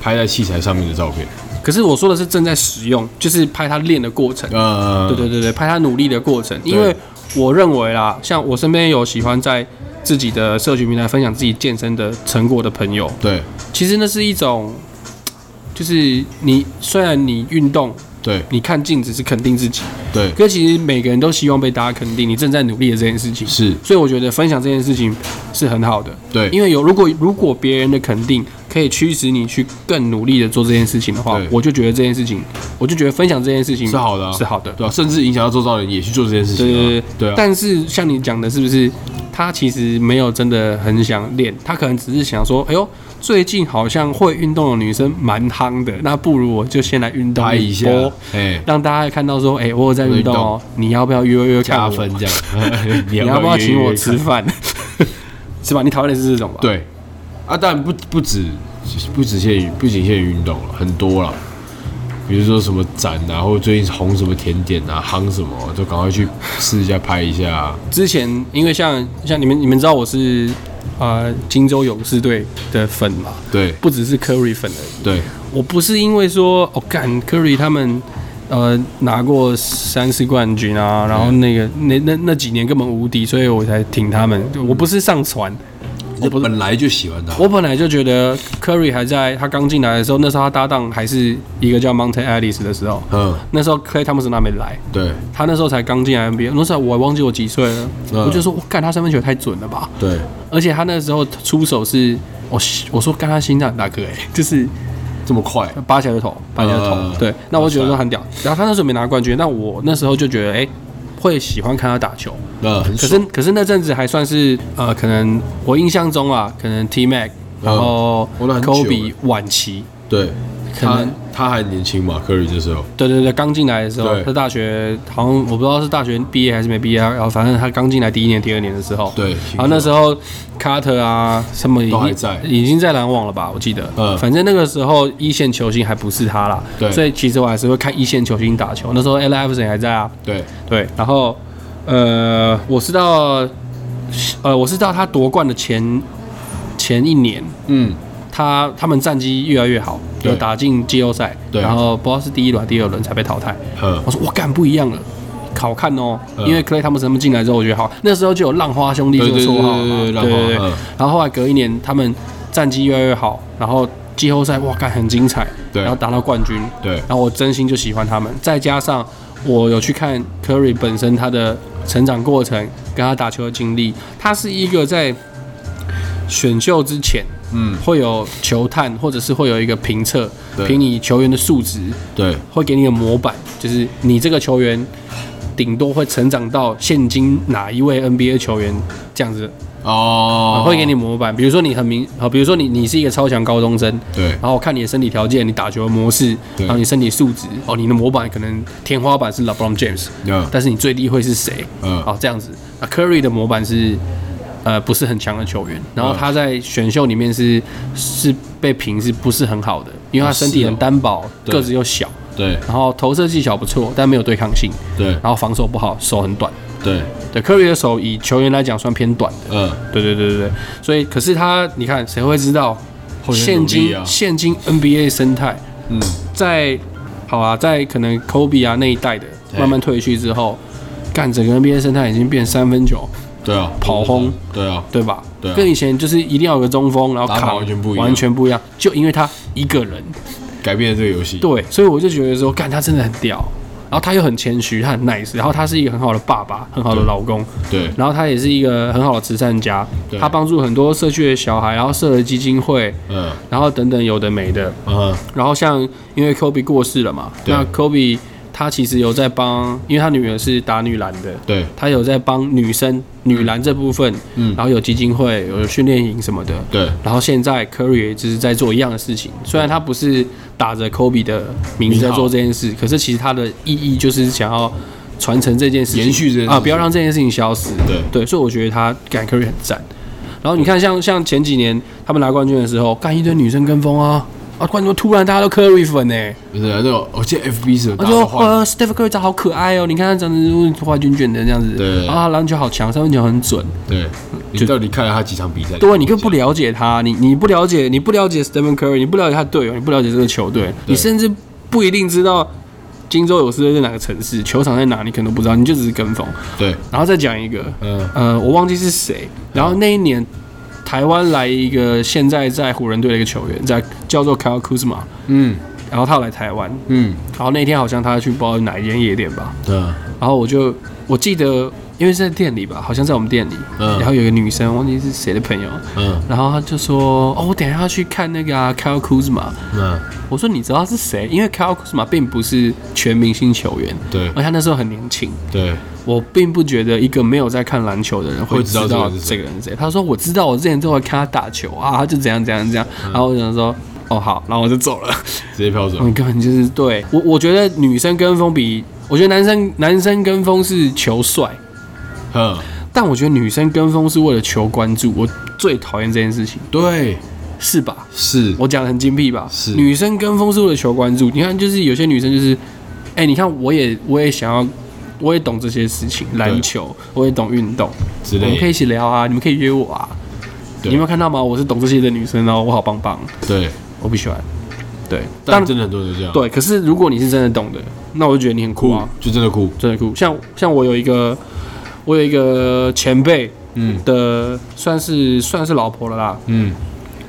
B: 拍在器材上面的照片，
A: 可是我说的是正在使用，就是拍他练的过程，
B: 呃，
A: 对对对对，拍他努力的过程，因为我认为啦，像我身边有喜欢在自己的社群平台分享自己健身的成果的朋友，
B: 对
A: 其实那是一种，就是你虽然你运动，
B: 对
A: 你看镜子是肯定自己，
B: 对
A: 可是其实每个人都希望被大家肯定你正在努力的这件事情，
B: 是，
A: 所以我觉得分享这件事情是很好的，
B: 对，
A: 因为有如果如果别人的肯定可以驱使你去更努力的做这件事情的话
B: 对，
A: 我就觉得这件事情，我就觉得分享这件事情
B: 是好的啊
A: 是好的。
B: 对啊，甚至影响到周遭人也去做这件事情、
A: 对
B: 啊，
A: 对对
B: 对啊，
A: 但是像你讲的，是不是他其实没有真的很想练，他可能只是想说，哎呦，最近好像会运动的女生蛮夯的，那不如我就先来运动
B: 拍一下
A: 波，
B: 哎，
A: 让大家看到说，哎、我有在运动哦，你要不要约约看
B: 加
A: 我？
B: 分这样。你
A: 你要不要请我吃
B: 约约看？
A: 饭？ 是吧？你讨厌的是这种吧？，
B: 对，啊，当然不不止不只限于不仅限于运动了，很多了。比如说什么展啊，或者最近红什么甜点啊，夯什么，就赶快去试一下拍一下啊。
A: 之前因为像像你们你们知道我是呃金州勇士队的粉嘛，
B: 对
A: 不只是 Curry 粉而已。
B: 对，
A: 我不是因为说哦干 Curry 他们呃拿过三次冠军啊，然后那个、那那那几年根本无敌，所以我才挺他们。我不是上船，
B: 我本来就喜欢他。
A: 我本来就觉得 Curry 还在他刚进来的时候，那时候他搭档还是一个叫 Monte Ellis 的时候，
B: 嗯，
A: 那时候 Clay Thompson 还没来，
B: 对
A: 他那时候才刚进来 NBA，那时候我还忘记我几岁了，
B: 嗯
A: 我就说我干他三分球也太准了吧，
B: 对，
A: 而且他那时候出手是。我我说干他心脏大哥哎、就是
B: 这么快，
A: 八起来就投，八起来就投。
B: 嗯
A: 对，那我觉得说很屌。然后他那时候没拿冠军，但我那时候就觉得哎、会喜欢看他打球。
B: 那嗯很
A: 可
B: 爽。
A: 是可是那阵子还算是呃，可能我印象中啊，可能 T Mac，然后
B: 嗯我那很久
A: Kobe 晚期，
B: 对
A: 可
B: 他
A: 能
B: 他还年轻嘛，科里这时候，
A: 对对对，刚进来的时候，
B: 对
A: 他大学好像我不知道是大学毕业还是没毕业，然后反正他刚进来第一年、第二年的时候，
B: 对
A: 然后那时候卡特啊什么已
B: 都还
A: 经
B: 在
A: 已经在篮网了吧？我记得，
B: 嗯
A: 反正那个时候一线球星还不是他啦，
B: 对
A: 所以其实我还是会看一线球星打球。那时候 L. Iverson 还在啊，
B: 对，
A: 对，然后呃，我是到呃，我是到他夺冠的前前一年，
B: 嗯，
A: 他他们战绩越来越好，
B: 对
A: 有打进季后赛，
B: 对
A: 然后不知道是第一轮还是第二轮才被淘汰。
B: 呃
A: 我，说我干不一样了。好看哦，
B: 嗯
A: 因为 Clay 他们他们进来之后，我觉得好，那时候就有浪花兄弟这个
B: 对对
A: 绰号了嘛，
B: 对对对浪花嗯
A: 然后后来隔一年，他们战绩越来越好，然后季后赛哇，干很精彩，
B: 对
A: 然后打到冠军，
B: 对
A: 然后我真心就喜欢他们，再加上我有去看 Curry 本身他的成长过程，跟他打球的经历，他是一个在选秀之前
B: 嗯，
A: 会有球探，或者是会有一个评测，
B: 对
A: 评你球员的素质，
B: 对，
A: 会给你个模板，就是你这个球员顶多会成长到现今哪一位 NBA 球员这样子，
B: 哦，
A: 会给你模板。比如说你很明，好，比如说你你是一个超强高中生，
B: 对，
A: 然后我看你的身体条件、你打球的模式，
B: 对
A: 然后你身体素质，哦，你的模板可能天花板是 LeBron James，
B: 嗯
A: 但是你最低会是谁？
B: 嗯
A: 好，这样子。那 Curry 的模板是。呃，不是很强的球员，然后
B: 嗯
A: 他在选秀里面是是被评是不是很好的，因为他身体
B: 是哦
A: 很单薄，
B: 对
A: 个子又小，
B: 对，
A: 然后投射技巧不错，但没有对抗性，
B: 对，
A: 然后防守不好，手很短。
B: 对，
A: 对，科瑞的手以球员来讲算偏短的。
B: 呃，
A: 对对对对对，所以可是他，你看谁会知道
B: 后天
A: 现
B: 努力
A: 今
B: 啊，
A: 现今 NBA 生态
B: 嗯，
A: 在好啊，在可能 Kobe 啊那一代的
B: 对
A: 慢慢退去之后，干整个 NBA 生态已经变三分球，
B: 对啊，
A: 跑轰，
B: 对啊，
A: 对吧？
B: 对啊
A: 跟以前就是一定要有个中锋，然后
B: 打法
A: 扛，
B: 完全不一样
A: 完全不一样，就因为他一个人。
B: 改变了这个游戏，
A: 对，所以我就觉得说，干他真的很屌，然后他又很谦虚，他很 nice，然后他是一个很好的爸爸，很好的老公，
B: 对，
A: 然后他也是一个很好的慈善家，
B: 对
A: 他帮助很多社区的小孩，然后设了基金会，
B: 嗯，
A: 然后等等有的没的，
B: 嗯，
A: 然后像因为 Kobe 过世了嘛，
B: 对
A: 那 Kobe 他其实有在帮，因为他女儿是打女篮的。
B: 对，
A: 他有在帮女生、女篮这部分，
B: 嗯
A: 然后有基金会、有训练营什么的，
B: 对，
A: 然后现在 Curry 也就是在做一样的事情，虽然他不是打着 Kobe 的名字在做这件事，可是其实他的意义就是想要传承这件事情，
B: 延续这件事情
A: 啊，不要让这件事情消失。
B: 对
A: 对，所以我觉得他干 Curry 很赞。然后你看像，像前几年他们拿冠军的时候，干一堆女生跟风啊啊，冠军突然大家都 Curry 粉呢、欸
B: 不是那种，我记得 FB 是有
A: 他
B: 打
A: 就
B: 的话，
A: 呃，Steph Curry 长好可爱哦，你看他长得花卷卷的这样子，
B: 对
A: 啊，篮球好强，三分球很准，
B: 对，你到底看了他几场比赛？
A: 对，你更不了解他，你你不了解，你不了解 Stephen Curry，你不了解他队友，你不了解这个球队，你甚至不一定知道金州勇士队在哪个城市，球场在哪，你可能都不知道，你就只是跟风。
B: 对，
A: 然后再讲一个，
B: 嗯，
A: 呃，我忘记是谁，然后那一年台湾来一个现在在湖人队的一个球员，在叫做 Kyle Kuzma，
B: 嗯，
A: 然后他有来台湾，
B: 嗯，
A: 然后那天好像他去不知道哪一间夜店吧，
B: 嗯，
A: 然后我就我记得。因为是在店里吧，好像在我们店里，
B: 嗯
A: 然后有一个女生，忘记是谁的朋友，
B: 嗯，
A: 然后他就说：“哦，我等一下要去看那个啊，Kyle Kuzma。
B: 嗯，”
A: 我说：“你知道是谁？因为 Kyle Kuzma 并不是全明星球员，
B: 对
A: 而，他那时候很年轻。
B: 对，
A: 我并不觉得一个没有在看篮球的人会
B: 会
A: 知
B: 知道
A: 道
B: 这个人是
A: 这
B: 谁
A: 个人是谁。”他说：“我知道，我之前都会看他打球啊，他就怎样怎样怎样。”然后我想说：“哦，好。”然后我就走了。
B: 直接飘走，
A: 嗯，根本就是对我，我觉得女生跟风比，我觉得男生男生跟风是求帅，
B: 嗯，
A: 但我觉得女生跟风是为了求关注。我最讨厌这件事情，
B: 对，
A: 是吧？
B: 是，
A: 我讲的很精辟吧？
B: 是
A: 女生跟风是为了求关注。你看，就是有些女生就是，哎、你看我也我也想要，我也懂这些事情，篮球我也懂运动，
B: 之
A: 我们可以
B: 类
A: 一，起聊啊，你们可以约我啊。你
B: 对
A: 有没有看到吗？我是懂这些的女生哦，我好棒棒，
B: 对，
A: 我不喜欢。对，
B: 但
A: 但
B: 真的很多人都这样，，
A: 对，可是如果你是真的懂的，那我就觉得你很酷
B: 酷
A: 啊，，
B: 就真的酷，
A: 真的酷。像像我有一个，我有一个前辈
B: 嗯，
A: 的，算是算是老婆了啦，
B: 嗯，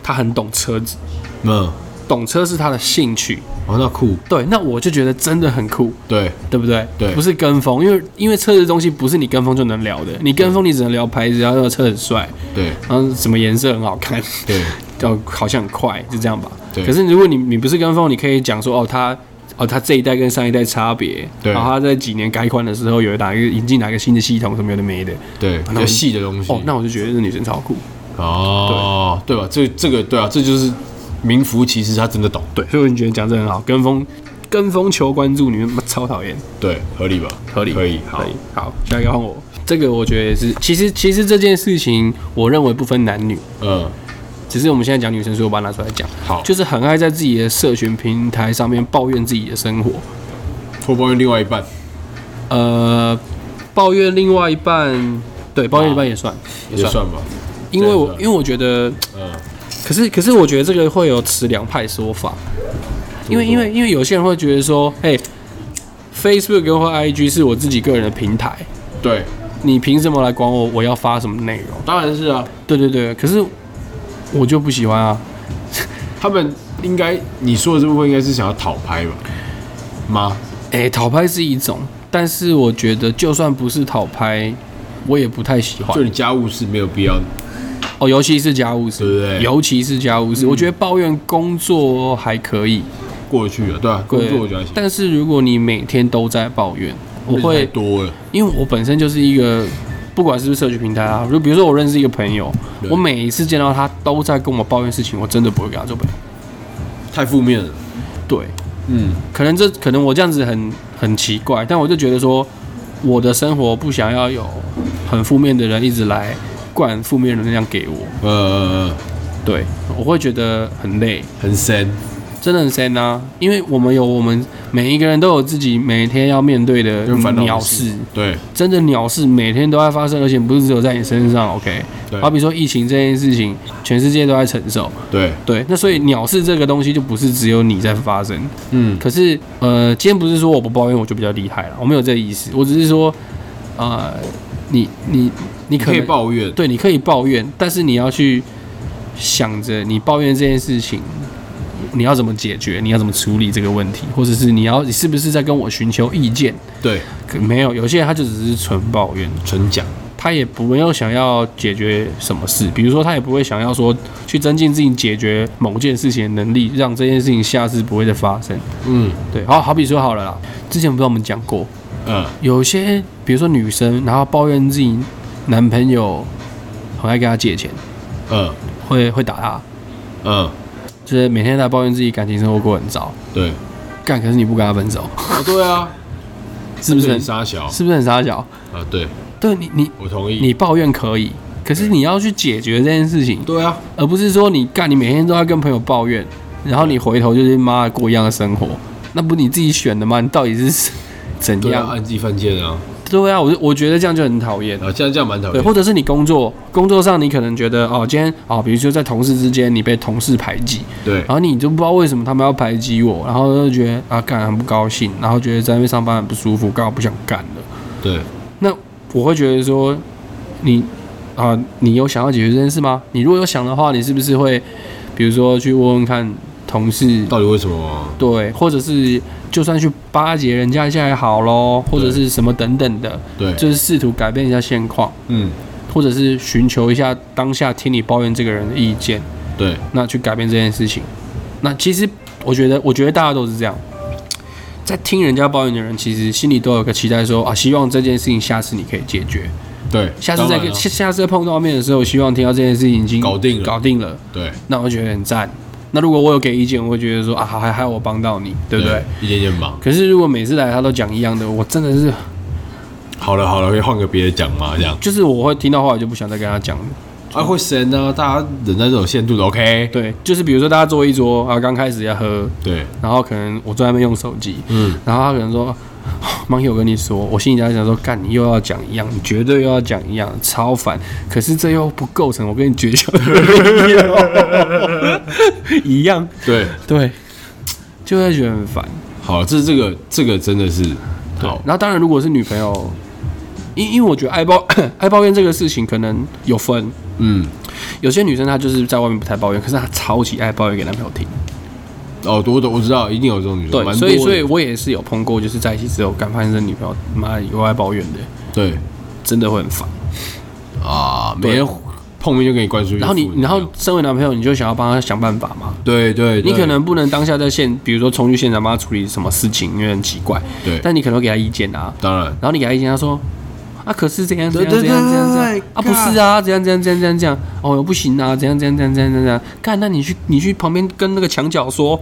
A: 她很懂车子，
B: 嗯，
A: 懂车是她的兴趣。
B: 哦，那酷，
A: 对，那我就觉得真的很酷，
B: 对，
A: 对不对？
B: 对
A: 不是跟风，因为因为车子的东西不是你跟风就能聊的，你跟风你只能聊牌子，然后那个车很帅，
B: 对，
A: 然后什么颜色很好看，
B: 对，
A: 就好像很快，就这样吧。
B: 对
A: 可是如果你你不是跟风，你可以讲说哦，他哦他这一代跟上一代差别，
B: 对
A: 然后他在几年改款的时候有哪一个引进哪个新的系统什么有的没的，哦
B: 对，比
A: 那我
B: 较细的东西，
A: 哦，那我就觉得这女生超酷。
B: 哦，对吧？这这个对啊，这就是名副其实，他真的懂，
A: 对，所以我觉得讲这很好，跟风跟风求关注，你们超讨厌，
B: 对，合理吧？
A: 合理，
B: 可以，好
A: 可以，好，下一个换我。这个我觉得也是，其实其实这件事情，我认为不分男女，
B: 嗯，
A: 只是我们现在讲女生，所以我把它拿出来讲。
B: 好，
A: 就是很爱在自己的社群平台上面抱怨自己的生活，
B: 会抱怨另外一半
A: 呃，抱怨另外一半，对，抱怨一半也算，
B: 也算吧，
A: 因为我
B: 对
A: 因为我觉得，
B: 嗯，
A: 可是可是我觉得这个会有持两派说法，因为因为因为有些人会觉得说，嘿，Facebook 跟或 IG 是我自己个人的平台，
B: 对，
A: 你凭什么来管我我要发什么内容？
B: 当然是啊，
A: 对对对，可是我就不喜欢啊，
B: 他们应该你说的这部分应该是想要讨拍吧？吗？
A: 哎、讨拍是一种，但是我觉得就算不是讨拍，我也不太喜欢
B: 就。你家务事没有必要，
A: 哦，尤其是家务事，
B: 对不对嗯
A: 尤其是家务事，我觉得抱怨工作还可以，
B: 过去了，对啊，工作我觉得还行，
A: 但是如果你每天都在抱怨，我
B: 太
A: 会，
B: 多了，
A: 因为我本身就是一个，不管是不是社区平台啊，就比如说我认识一个朋友，
B: 对
A: 我每一次见到他都在跟我抱怨事情，我真的不会跟他做朋友。
B: 太负面了，
A: 对，
B: 嗯，
A: 可能这可能我这样子很很奇怪，但我就觉得说，我的生活不想要有很负面的人一直来灌负面能量给我，
B: 呃呃，呃
A: 对我会觉得很累。
B: 很深，
A: 真的很深啊，因为我们有我们每一个人都有自己每天要面对的
B: 跟烦恼的
A: 鸟
B: 事
A: 事，
B: 对，
A: 真的鸟事每天都在发生，而且不是只有在你身上。OK，
B: 对
A: 好比说疫情这件事情，全世界都在承受。
B: 对，
A: 对，那所以鸟事这个东西就不是只有你在发生。
B: 嗯，
A: 可是呃，今天不是说我不抱怨我就比较厉害了，我没有这个意思，我只是说，呃，你你你可
B: 可以
A: 能
B: 抱怨，
A: 对，你可以抱怨，但是你要去想着你抱怨这件事情，你要怎么解决，你要怎么处理这个问题，或者是你要你是不是在跟我寻求意见？
B: 对，
A: 可没有，有些人他就只是纯抱怨，
B: 纯讲，
A: 他也不没有想要解决什么事，比如说他也不会想要说去增进自己解决某件事情的能力，让这件事情下次不会再发生。
B: 嗯
A: 对，好好比说好了啦，之前不知道我们讲过，
B: 嗯，
A: 有些比如说女生，然后抱怨自己男朋友很爱跟她借钱。
B: 嗯
A: 会会打他，
B: 嗯，
A: 就是每天在抱怨自己感情生活过得很糟。
B: 对，
A: 干，可是你不跟他分手，
B: 哦对啊，
A: 是不是
B: 很
A: 很
B: 沙小
A: 是不是很傻小？
B: 啊？对，
A: 对你你
B: 我同意，
A: 你抱怨可以，可是你要去解决这件事情，
B: 对啊，
A: 而不是说你干你每天都要跟朋友抱怨，然后你回头就是妈的过一样的生活，那不你自己选的吗？你到底是 怎
B: 对啊，
A: 样？
B: 按自己犯贱啊，
A: 对啊，我就我觉得这样就很讨厌。
B: 啊，这样这样蛮讨
A: 对，
B: 厌，
A: 或者是你工作工作上，你可能觉得哦，今天哦，比如说在同事之间，你被同事排挤，
B: 对
A: 然，后你就不知道为什么他们要排挤我，然后就觉得啊干很不高兴，然后觉得在那边上班很不舒服，刚好不想干了。
B: 对，
A: 那我会觉得说，你啊，你有想要解决这件事吗？你如果有想的话，你是不是会，比如说去问问看同事，
B: 到底为什么？
A: 对，或者是就算去巴结人家一下也好咯，或者是什么等等的，
B: 对，
A: 就是试图改变一下现况，
B: 嗯，
A: 或者是寻求一下当下听你抱怨这个人的意见。
B: 对，
A: 那去改变这件事情。那其实我觉得，我觉得大家都是这样，在听人家抱怨的人，其实心里都有个期待说啊，希望这件事情下次你可以解决，
B: 对，
A: 下次再
B: 当然
A: 跟
B: 啊
A: 下下次再碰到面的时候，希望听到这件事情已经
B: 搞定了
A: 搞定了，
B: 对，
A: 那我会觉得很赞。那如果我有给意见，我会觉得说啊，还还还有我帮到你，对不对？？
B: 一点点忙。
A: 可是如果每次来他都讲一样的，我真的是
B: 好了好了，可以换个别的讲嘛，这样
A: 就是我会听到后来就不想再跟他讲了。
B: 啊会神啊，大家忍耐是有限度的，OK？
A: 对，就是比如说大家坐一桌啊，刚开始要喝，
B: 对，
A: 然后可能我坐在那边用手机，
B: 嗯，
A: 然后他可能说：“Monkey，我跟你说，我心里在想说，干你又要讲一样，你绝对又要讲一样，超烦。可是这又不构成我跟你绝交的理 由一样。
B: 对，
A: 对，就会觉得很烦。
B: 好，这这个这个真的是
A: 对
B: 好，，
A: 然后当然，如果是女朋友，因因为我觉得爱抱 爱抱怨这个事情可能有分，
B: 嗯，
A: 有些女生她就是在外面不太抱怨，可是她超级爱抱怨给男朋友听。
B: 哦，我懂，我知道，一定有这种女生，
A: 对，
B: 蛮
A: 所
B: 多
A: 以
B: 的
A: 所以我也是有碰过，就是在一起之后，敢发现这女朋友妈有爱抱怨的，
B: 对
A: 真的会很烦。
B: 啊，每
A: 对
B: 天碰面就给你灌输一个
A: 然后
B: 负能
A: 你
B: 量，，
A: 然后身为男朋友，你就想要帮他想办法嘛？
B: 对对，
A: 你
B: 对
A: 可能不能当下在现，比如说冲去现场帮他处理什么事情，因为很奇怪。
B: 对
A: 但你可能会给他意见啊。
B: 当然
A: 然后你给他意见，他说：“啊，可是怎样怎样
B: 对
A: 怎
B: 对
A: 样怎样
B: 对
A: 怎
B: 对
A: 样啊，不是啊，怎样怎样怎样怎样怎样，哦，不行啊，怎样怎样怎样怎样怎样，干，那你去你去旁边跟那个墙角 说，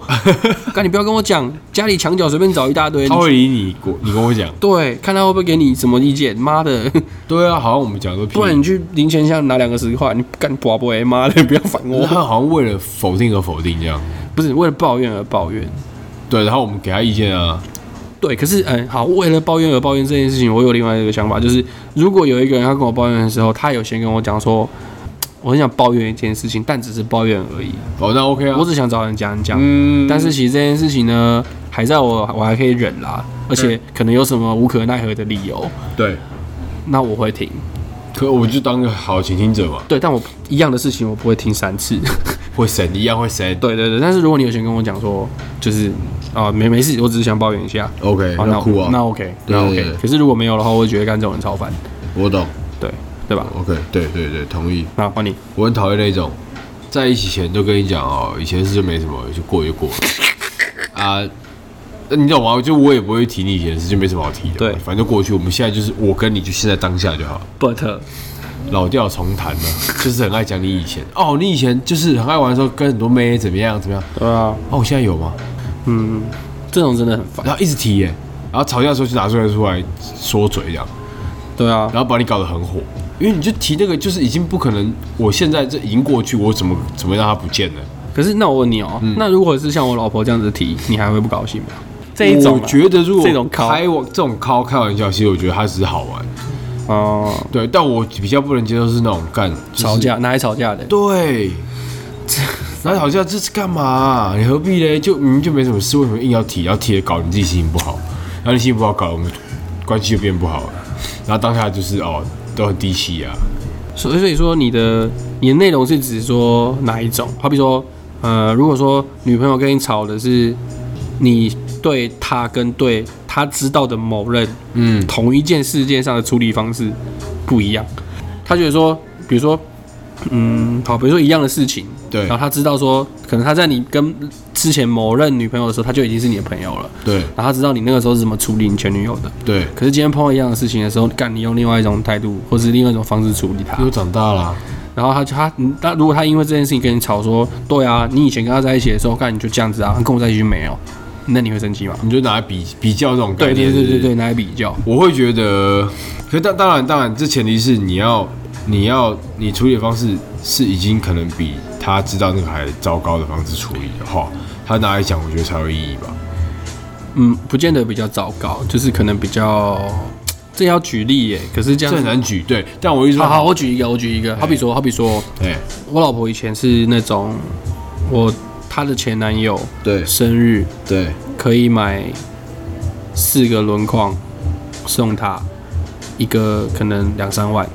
A: 干，你不要跟我讲，家里墙角随便找一大堆，
B: 他会理你，我你跟我讲，
A: 对，看他会不会给你什么意见，妈 的，
B: 对啊，好像我们讲的
A: 不然你去零钱箱拿两个十块，你干 不不妈的，不要烦
B: 我
A: 我，
B: 他好像为了否定而否定这样，
A: 不是为了抱怨而抱怨。
B: 对，然后我们给他意见啊，
A: 对，可是嗯，好，为了抱怨而抱怨这件事情，我有另外一个想法，就是如果有一个人他跟我抱怨的时候，他有先跟我讲说，我很想抱怨一件事情，但只是抱怨而已，
B: 哦，那 OK 啊
A: 我，只想找人讲一讲。
B: 嗯
A: 但是其实这件事情呢，还在我我还可以忍啦，而且可能有什么无可奈何的理由，
B: 对，
A: 那我会听。
B: 可我就当个好倾听者嘛，
A: 对，但我一样的事情我不会听三次。
B: 会神一样会神
A: 对对对，但是如果你有先跟我讲说，就是啊、没没事，我只是想抱怨一下，
B: ，OK，
A: 好，
B: 那
A: 哦那
B: 酷啊，
A: 那 OK，
B: 对
A: 那
B: 对
A: OK
B: 对。
A: 可是如果没有的话，我会觉得干这种人超烦，
B: 我懂
A: 对对吧？
B: ，OK，对对对，同意，
A: 那换你。
B: 我很讨厌那种在一起前就跟你讲哦，以前是没什么，就过就过了啊。那你懂吗？就我也不会提你以前的事，就没什么好提的。
A: 对
B: 反正就过去，我们现在就是我跟你就现在当下就好。
A: But 呃
B: 老调重弹呢，就是很爱讲你以前哦，你以前就是很爱玩的时候跟很多妹怎么样怎么样，
A: 对啊，
B: 哦，我现在有吗？
A: 嗯，这种真的很烦。
B: 然后一直提耶，然后吵架的时候就拿出来出来说嘴这样，
A: 对啊，
B: 然后把你搞得很火，因为你就提那个就是已经不可能，我现在这已经过去，我怎么怎么让它不见呢？
A: 可是那我问你哦、
B: 嗯
A: 那如果是像我老婆这样子提，你还会不高兴吗？这一种啊
B: 我觉得如果
A: 这种靠
B: 开玩这种靠开玩笑，其实我觉得它只是好玩，
A: 哦、
B: 对，但我比较不能接受是那种干、就是
A: 吵架哪来吵架的？
B: 对，这那吵架这是干嘛啊、你何必嘞？就明明就没什么事，为什么硬要提？要提了搞你自己心情不好，然后你心情不好搞，我们关系就变不好了。然后当下就是哦，都很低气啊。
A: 所以所以说你的你的内容是指说哪一种？好比说，呃，如果说女朋友跟你吵的是你对她跟对她知道的某人
B: 嗯，
A: 同一件事件上的处理方式不一样。他觉得说，比如说，嗯，好，比如说一样的事情，
B: 对
A: 然后他知道说，可能他在你跟之前某任女朋友的时候，他就已经是你的朋友了，
B: 对
A: 然后他知道你那个时候是怎么处理你前女友的。
B: 对，
A: 可是今天碰到一样的事情的时候，干你用另外一种态度，或是另外一种方式处理他
B: 因，为我长大了啊、
A: 然后他就他嗯他如果他因为这件事情跟你吵说，对啊，你以前跟他在一起的时候，干你就这样子啊，跟我在一起就没有，那你会生气吗？
B: 你就拿来比比较这种概
A: 对
B: 念。
A: 对对对
B: 是不是，
A: 对，拿来比较，
B: 我会觉得，可当当然当然，这前提是你要你要你处理的方式是已经可能比他知道那个还糟糕的方式处理的话，他拿来讲，我觉得才有意义吧。
A: 嗯，不见得比较糟糕，就是可能比较，这要举例耶。可是这
B: 这
A: 样
B: 很
A: 子，
B: 难举，啊对。但我一说，
A: 好好，我举一个，我举一个，好比说，好比说，
B: 哎，
A: 我老婆以前是那种，我她的前男友
B: 对
A: 生日
B: 对，
A: 可以买四个轮框送她，一个可能两三万，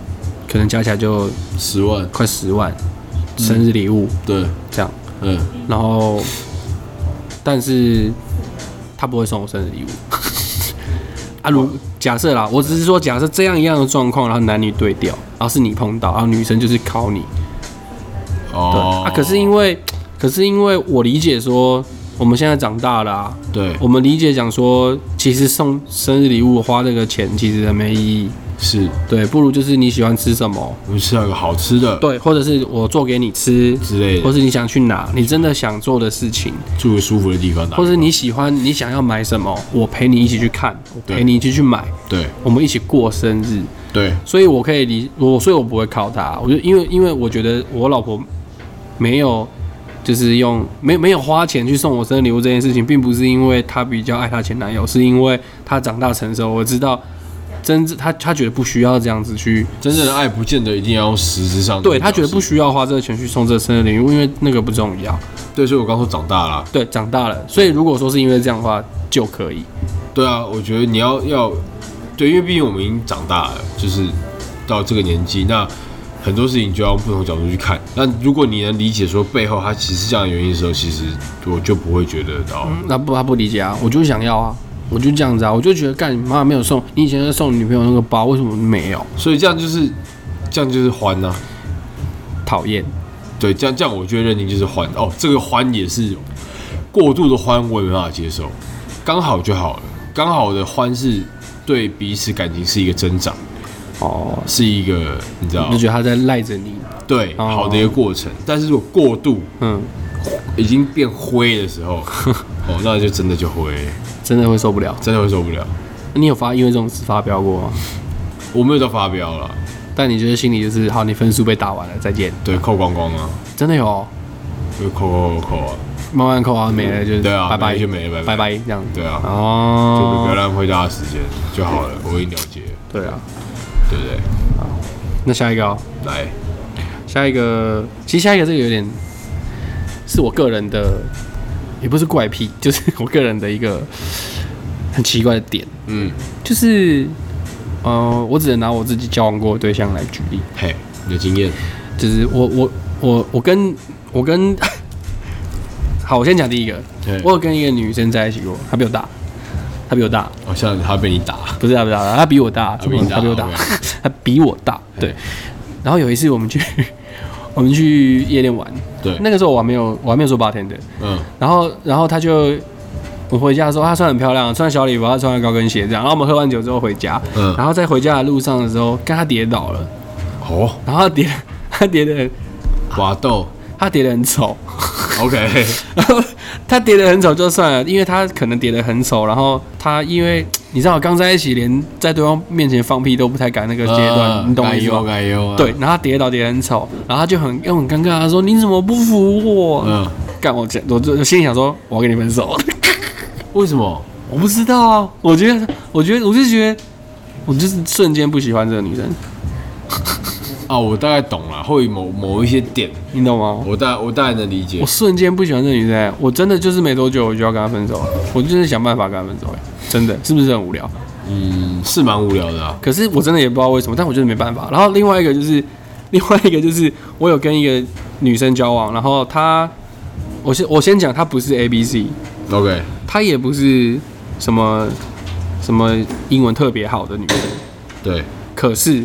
A: 可能加起来就
B: 十万，
A: 快十万，生日礼物
B: 对，
A: 这样。
B: 嗯，
A: 然后，但是他不会送我生日礼物。 啊，如假设啦，我只是说假设这样一样的状况，然后男女对调，然后是你碰到，然后女生就是考你，对、
B: 哦，
A: 啊。可是因为，可是因为我理解说，我们现在长大了、啊，
B: 对
A: 我们理解讲说，其实送生日礼物花这个钱其实很没意义，
B: 是，
A: 对，不如就是你喜欢吃什么，
B: 我们吃到一个好吃的，
A: 对，或者是我做给你吃，
B: 之类
A: 或
B: 的，
A: 是你想去哪，你真的想做的事情，
B: 住个舒服的地方打
A: 或，者你喜欢你想要买什么，我陪你一起去看，我陪你一起去买，
B: 对
A: 我们一起过生日。
B: 对，
A: 所以我可以理我，所以我不会靠他。我就因为因为我觉得我老婆没有就是用没没有花钱去送我生日礼物这件事情，并不是因为她比较爱她前男友，是因为她长大成熟，我知道真正她她觉得不需要这样子去。
B: 真正的爱不见得一定要用实质上的表
A: 对
B: 示，
A: 她觉得不需要花这个钱去送这个生日礼物，因为那个不重要。
B: 对，所以我刚说长大了，
A: 对，长大了，所以如果说是因为这样的话就可以。
B: 对啊，我觉得你要要，对，因为毕竟我们已经长大了，就是到这个年纪，那很多事情就要用不同角度去看。那如果你能理解说背后它其实是这样的原因的时候，其实我就不会觉得到。
A: 那不他不理解啊，我就想要啊，我就这样子啊，我就觉得干你妈没有送，你以前是送你女朋友那个包，为什么没有？
B: 所以这样就是，这样就是欢呐、
A: 讨厌，
B: 对，这样这样我就会认定就是欢哦，这个欢也是过度的欢，我也没办法接受，刚好就好了，刚好的欢是对彼此感情是一个增长，
A: 哦，
B: 是一个你知道
A: 就觉得他在赖着你，
B: 对
A: 哦
B: 好的一个过程。但是如果过度
A: 嗯，
B: 已经变灰的时候， 哦，那就真的就灰，
A: 真的会受不了。
B: 真的会受不了。
A: 你有发因为这种事发飙过吗？
B: 我没有到发飙了，
A: 但你觉得心里就是好，你分数被打完了，再见，
B: 对，扣光光啊，
A: 真的有哦
B: 就扣扣扣扣啊，
A: 慢慢扣啊，没了就是
B: 对啊
A: 拜拜
B: 没了就没了
A: 拜
B: 拜
A: 拜这样子
B: 对啊，就不要
A: 哦，
B: 浪费大家时间就好了。我已经了解了，
A: 对啊，
B: 对不对？
A: 那下一个哦，
B: 来，
A: 下一个，其实下一个这个有点是我个人的，也不是怪癖， 就是我个人的一个很奇怪的点，
B: 嗯，
A: 就是呃，我只能拿我自己交往过的对象来举例，
B: 嘿，你的经验，
A: 就是我我我我跟我跟 好，我先讲第一个，
B: 嘿
A: 我有跟一个女生在一起过，她比我大，她比我大，
B: 好像他被你打，
A: 不是她比我大，她比我大，她
B: 比你大
A: 她比我大
B: OK，
A: 她比我大，对。然后有一次我们去 我们去夜店玩，
B: 对，
A: 那个时候我还没有我还没有做八天的，
B: 嗯，
A: 然后然后她就。我回家的时候，她穿很漂亮，穿小礼服，她穿了高跟鞋这样。然后我们喝完酒之后回家，
B: 嗯
A: 然后在回家的路上的时候，跟她跌倒了，
B: 哦，
A: 然后她跌， 她跌的，
B: 瓦豆
A: 她跌的很丑，
B: ，OK，
A: 然后他叠得很丑就算了，因为他可能叠得很丑，然后他因为你知道刚在一起，连在对方面前放屁都不太敢那个阶段，
B: 啊
A: 你懂我意思
B: 该
A: 吗
B: 有？该啊有，
A: 对，，然后他跌倒跌得很丑，然后他就很又很尴尬，他说你怎么不服我？
B: 嗯，
A: 干我这我就我心里想说我要跟你分手，
B: 为什么？
A: 我不知道啊，我觉得我觉得我就觉得我就是瞬间不喜欢这个女生，
B: 啊，我大概懂了，会某某一些点，
A: 你懂吗？
B: 我大我大概能理解
A: 我。瞬间不喜欢这个女生，我真的就是没多久我就要跟她分手了，我就是想办法跟她分手，哎真的是不是很无聊？
B: 嗯，是蛮无聊的啊。
A: 可是我真的也不知道为什么，但我就是没办法。然后另外一个就是，另外一个就是我有跟一个女生交往，然后她，我先我先讲，她不是 A B C，
B: OK，
A: 她也不是什么什么英文特别好的女生，
B: 对，
A: 可是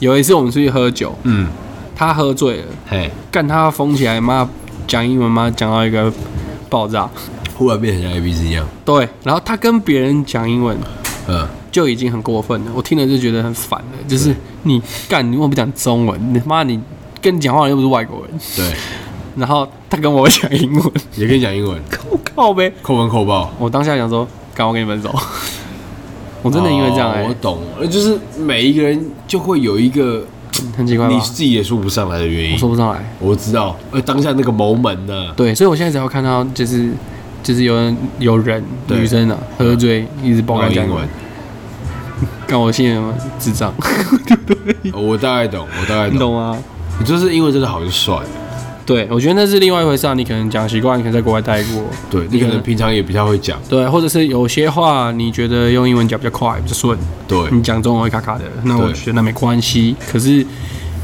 A: 有一次我们出去喝酒，
B: 嗯，
A: 她喝醉了，
B: 嘿，
A: 干她疯起来，妈讲英文妈讲到一个爆炸，
B: 忽然变成像 A B C 一样，
A: 对，然后她跟别人讲英文，
B: 嗯，
A: 就已经很过分了，我听了就觉得很烦了。就是你干，你为什么不讲中文？你妈，你跟你讲话的又不是外国人，
B: 对，
A: 然后他跟我讲英文，
B: 也跟你讲英 文，
A: 我靠呗！
B: 扣分扣爆。
A: 我当下想说，干，我跟你分手。我真的因为这样哎、
B: 哦我懂，呃就是每一个人就会有一个
A: 很奇怪吧
B: 你？自己也说不上来的原
A: 我
B: 因
A: 说。不上来。
B: 我知道，呃，当下那个谋门呢，
A: 对，所以我现在只要看到就是就是有人有人
B: 对
A: 女生啊喝醉一直爆
B: 报
A: 肝讲
B: 英
A: 英
B: 文
A: 文，，干我心里面智障，
B: 呃我大概懂，我大概
A: 你
B: 懂，
A: 懂吗？
B: 就是英文真的好就帅了，
A: 对，我觉得那是另外一回事啊。你可能讲习惯，你可能在国外待过，
B: 对你可能平常也比较会讲，
A: 对，或者是有些话你觉得用英文讲比较快、比较顺，
B: 对，
A: 你讲中文会卡卡的，那我
B: 对
A: 觉得那没关系。可是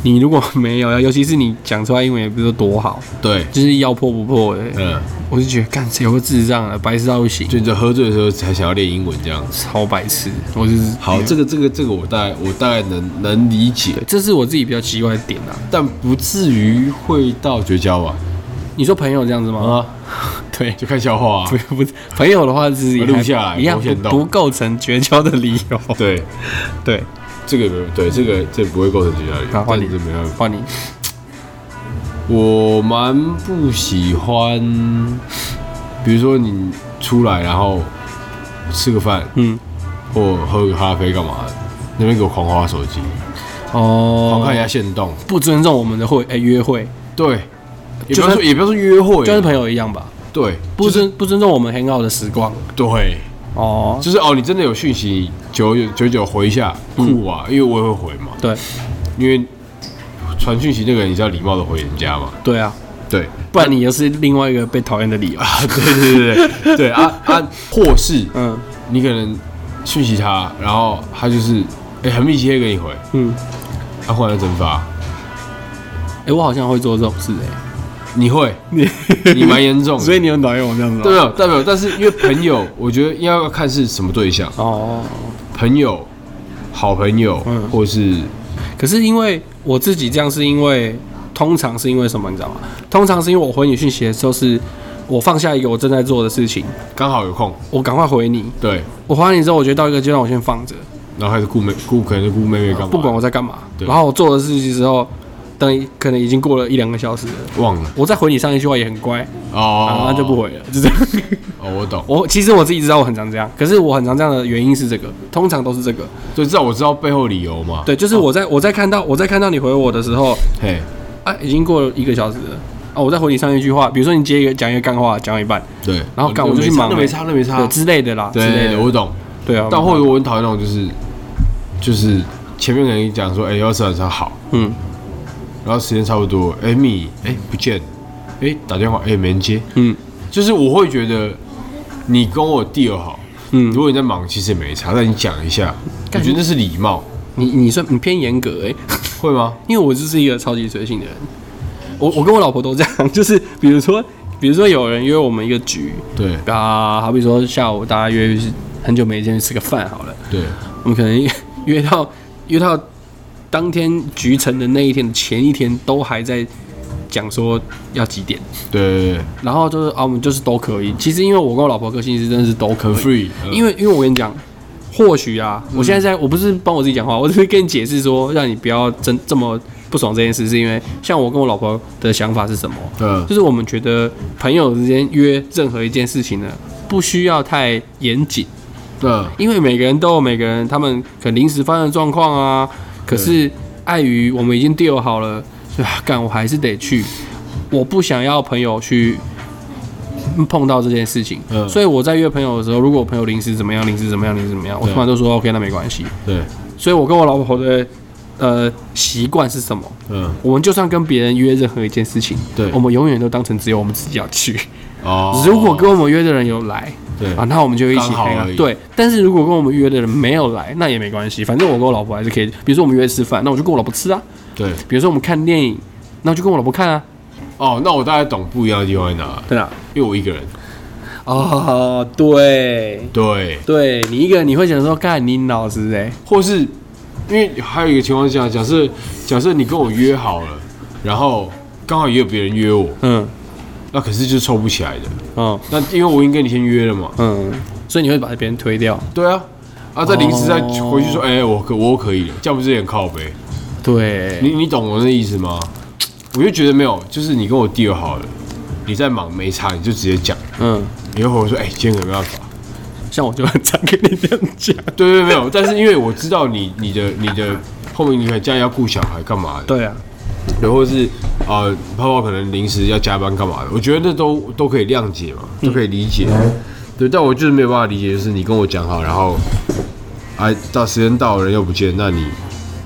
A: 你如果没有，啊尤其是你讲出来英文也不是说多好，
B: 对，
A: 就是要破不破的，
B: 嗯，
A: 我就觉得干谁有个智障啊，白痴到不行，
B: 就你在喝醉的时候才想要练英文这样子。
A: 超白痴。我就是
B: 好，这个这个这个我大概我大概能能理解
A: 对，，这是我自己比较奇怪的点啊。
B: 但不至于会到绝交吧？
A: 你说朋友这样子吗？
B: 啊，
A: 对。
B: 就看笑话啊
A: 不。不，朋友的话是
B: 录下来
A: 一样
B: 我先
A: 不
B: 动
A: 不构成绝交的理由。
B: 对，
A: 对，
B: 这个没有对，这个这不会构成绝交理由
A: 啊好，换你
B: 但这没办法。
A: 换你，
B: 我蛮不喜欢，比如说你出来然后吃个饭
A: 嗯，
B: 或喝个咖啡干嘛的，那边给我狂花手机，
A: 哦，
B: 狂看一下线动，
A: 不尊重我们的会哎、约会，
B: 对，也
A: 就
B: 不要
A: 算
B: 说也不要说约会，
A: 就跟朋友一样吧，
B: 对，
A: 不
B: 就是
A: 尊不尊重我们 hang out 的时光
B: 对，
A: 哦。
B: 就是哦，你真的有讯息，久久久久回一下酷啊，因为我也会回嘛，
A: 对
B: 因为传讯息那个人你是要礼貌的回人家嘛，
A: 对啊，
B: 对，
A: 不然你又是另外一个被讨厌的理由。
B: 啊，对对对 对对啊啊，或是
A: 嗯
B: 你可能讯息他，然后他就是哎、很密切地给你回，
A: 嗯，
B: 他、忽然就蒸发，
A: 哎、我好像会做这种事哎、
B: 你 会，
A: 你
B: 你蛮严重的，
A: 所以你很讨厌我这样子、
B: 对没有，代表，但是因为朋友， 我觉得要看是什么对象，
A: 哦，
B: 朋友、好朋友，
A: 嗯
B: 或是
A: 可是因为我自己这样，是因为通常是因为什么，你知道吗？通常是因为我回你讯息的时候是。我放下一个我正在做的事情，
B: 刚好有空，
A: 我赶快回你。
B: 对
A: 我回完你之后，我觉得到一个阶段，我先放着，
B: 然后还是顾妹顾可能是顾妹妹干嘛，
A: 啊不管我在干嘛。
B: 对
A: 然后我做了事情之后，等可能已经过了一两个小时了，
B: 忘了
A: 我再回你上一句话也很乖，啊，，
B: 哦
A: 那就不。回 了，就这样。
B: 哦，我懂，
A: 我其实我自己知道我很常这样，可是我很常这样的原因是这个，通常都是这个。
B: 就至少我知道背后理由嘛。，
A: 对，就是我在我在看到我在看到你回我的时候，
B: 嘿，
A: 啊，已经过了一个小时了。啊，我再回你上一句话，比如说你接一个讲一个干话，讲到一半，
B: 对。
A: 然后干
B: 哦
A: 我就去忙
B: 那没差，那没差，那
A: 对
B: 没差。
A: 之类的啦，之类
B: 对，
A: 的，
B: 我懂。
A: 对啊。
B: 但或者我很讨厌那种，就是就是前面可能讲说，哎，要吃晚餐好，
A: 嗯
B: 然后时间差不多，哎，米，哎，不见了，哎，打电话，哎，没人接，
A: 嗯
B: 就是我会觉得你跟我 deal 好，如
A: 嗯，
B: 果你在忙，其实也没差，但你讲一下，我觉得那是礼貌，
A: 你你算你偏严格哎、
B: 会吗？
A: 因为我就是一个超级随性的人，我我跟我老婆都这样， 就是比如说比如说有人约我们一个局
B: 对
A: 啊，好比说下午大家约去很久没见去吃个饭好了，
B: 对，
A: 我们可能 约到约到当天局成的那一天的前一天都还在讲说要几点，
B: 对对对，
A: 然后就是啊我们就是都可以，其实因为我跟我老婆个性是真的是都可
B: 很
A: 以，
B: free，嗯
A: 因
B: 为
A: 为因为我跟你讲，或许啊，我现在在我不是帮我自己讲话，我只是跟你解释说，让你不要真这么不爽这件事，是因为像我跟我老婆的想法是什么，
B: 嗯
A: 就是我们觉得朋友之间约任何一件事情呢，不需要太严谨，
B: 嗯
A: 因为每个人都有每个人他们可能临时发生的状况啊，可是碍于我们已经 deal 好了，所以啊干我还是得去，我不想要朋友去碰到这件事情，
B: 嗯
A: 所以我在约朋友的时候，如果我朋友临时怎么样，临时怎么样，临时怎么样，我
B: 对
A: 通常都说 OK，那没关系。
B: 对，
A: 所以我跟我老婆的呃习惯是什么？
B: 嗯
A: 我们就算跟别人约任何一件事情，
B: 对
A: 我们永远都当成只有我们自己要去。
B: 哦，
A: 如果跟我们约的人有来，
B: 对
A: 啊，那我们就一起
B: 刚好
A: hang
B: 而
A: out
B: 已
A: 对，但是如果跟我们约的人没有来，那也没关系，反正我跟我老婆还是可以。比如说我们约吃饭，那我就跟我老婆吃啊；
B: 对，
A: 比如说我们看电影，那我就跟我老婆看啊，
B: 哦，那我大概懂不一样的地方在哪，
A: 对啦。
B: 因为我一个人，
A: 哦，对，
B: 对，
A: 对你一个人你会想说，干你老师哎、
B: 或是因为还有一个情况下，假设假设你跟我约好了，然后刚好也有别人约我，
A: 嗯，
B: 那可是就是凑不起来的，
A: 哦，
B: 那因为我已经跟你先约了嘛，
A: 嗯，所以你会把别人推掉，
B: 对啊。啊！再临时再
A: 哦
B: 回去说，哎、我可我可以了，这样不是有点靠背？
A: 对，
B: 你你懂我的意思吗？我就觉得没有，就是你跟我 deal 好了，你在忙没差，你就直接讲。
A: 嗯，
B: 你会回我说，哎、今天有没办法？
A: 像我就很常跟你这样讲，
B: 对对对，没有。但是因为我知道你你的你的后面你可能家里要顾小孩干嘛的，
A: 对啊，
B: 然后是呃，泡泡可能临时要加班干嘛的，我觉得那都都可以谅解嘛，都可以理解。对，但我就是没有办法理解，就是你跟我讲好，然后哎，到时间到了人又不见，那你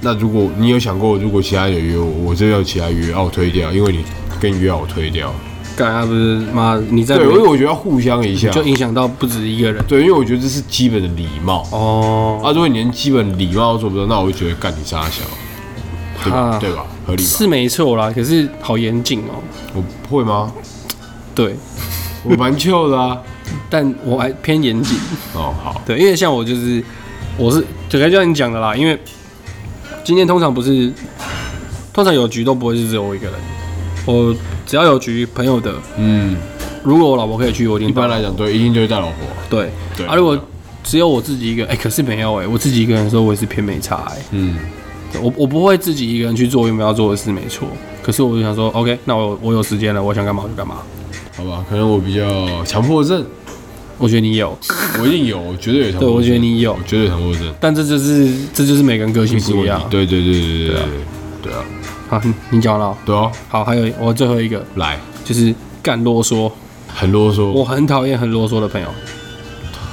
B: 那如果你有想过，如果其他人有约我，我就要其他约，啊，我推掉，因为你跟你约好我推掉。
A: 干他不是妈，你在
B: 对，因为我觉得要互相一下。
A: 就影响到不止一个人
B: 对，因为我觉得这是基本的礼貌
A: 哦。
B: 啊。如果你连基本礼貌都做不到，那我就觉得干你傻小，对吧？
A: 啊
B: 对吧？合理吧？
A: 是没错啦，可是好严谨哦。
B: 我会吗？
A: 对，
B: 我蛮 chill 的啊。
A: 但我还偏严谨。
B: 哦，好，
A: 对，因为像我就是，我是就该就像你讲的啦，因为今天通常不是，通常有局都不会是只有我一个人。我只要有局朋友的，
B: 嗯。
A: 如果我老婆可以去，我一定
B: 一般
A: 到
B: 来讲，对，一定就是带老婆。
A: 对。
B: 对
A: 啊，如果只有我自己一个，哎、可是没有哎、我自己一个人的时候，我也是偏没差哎、
B: 嗯，
A: 我我不会自己一个人去做原本要做的事，没错。可是我就想说，OK，那我我有时间了，我想干嘛我就干嘛。
B: 好吧，可能我比较强迫症，
A: 我觉得你有，
B: 我一定有，我绝对有强迫症。
A: 对我觉得你有
B: 我绝对有强迫症，
A: 但这就是这就是每个人个性不一样。
B: 对对对对对对对啊，
A: 好，你你讲了哦。
B: 对啊，
A: 好，还有我最后一个
B: 来，
A: 就是干啰嗦，
B: 很啰
A: 我
B: 嗦。
A: 很讨厌很啰嗦的朋友。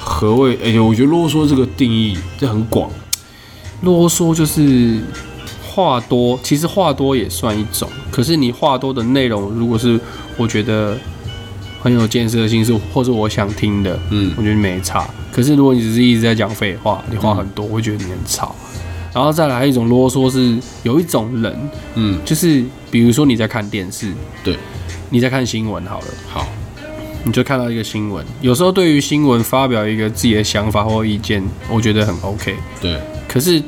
B: 何谓？哎、我觉得啰嗦这个定义这很广。
A: 啰嗦就是话多，其实话多也算一种，可是你话多的内容，如果是我觉得很有建设性，是或是我想听的，
B: 嗯
A: 我觉得没差。可是如果你只是一直在讲废话，你话很多，我会觉得你很吵。然后再来一种啰嗦是有一种人，
B: 嗯，
A: 就是比如说你在看电视，
B: 对，
A: 你在看新闻好了。
B: 好，
A: 你就看到一个新闻，有时候对于新闻发表一个自己的想法或意见，我觉得很 OK。
B: 对，
A: 可是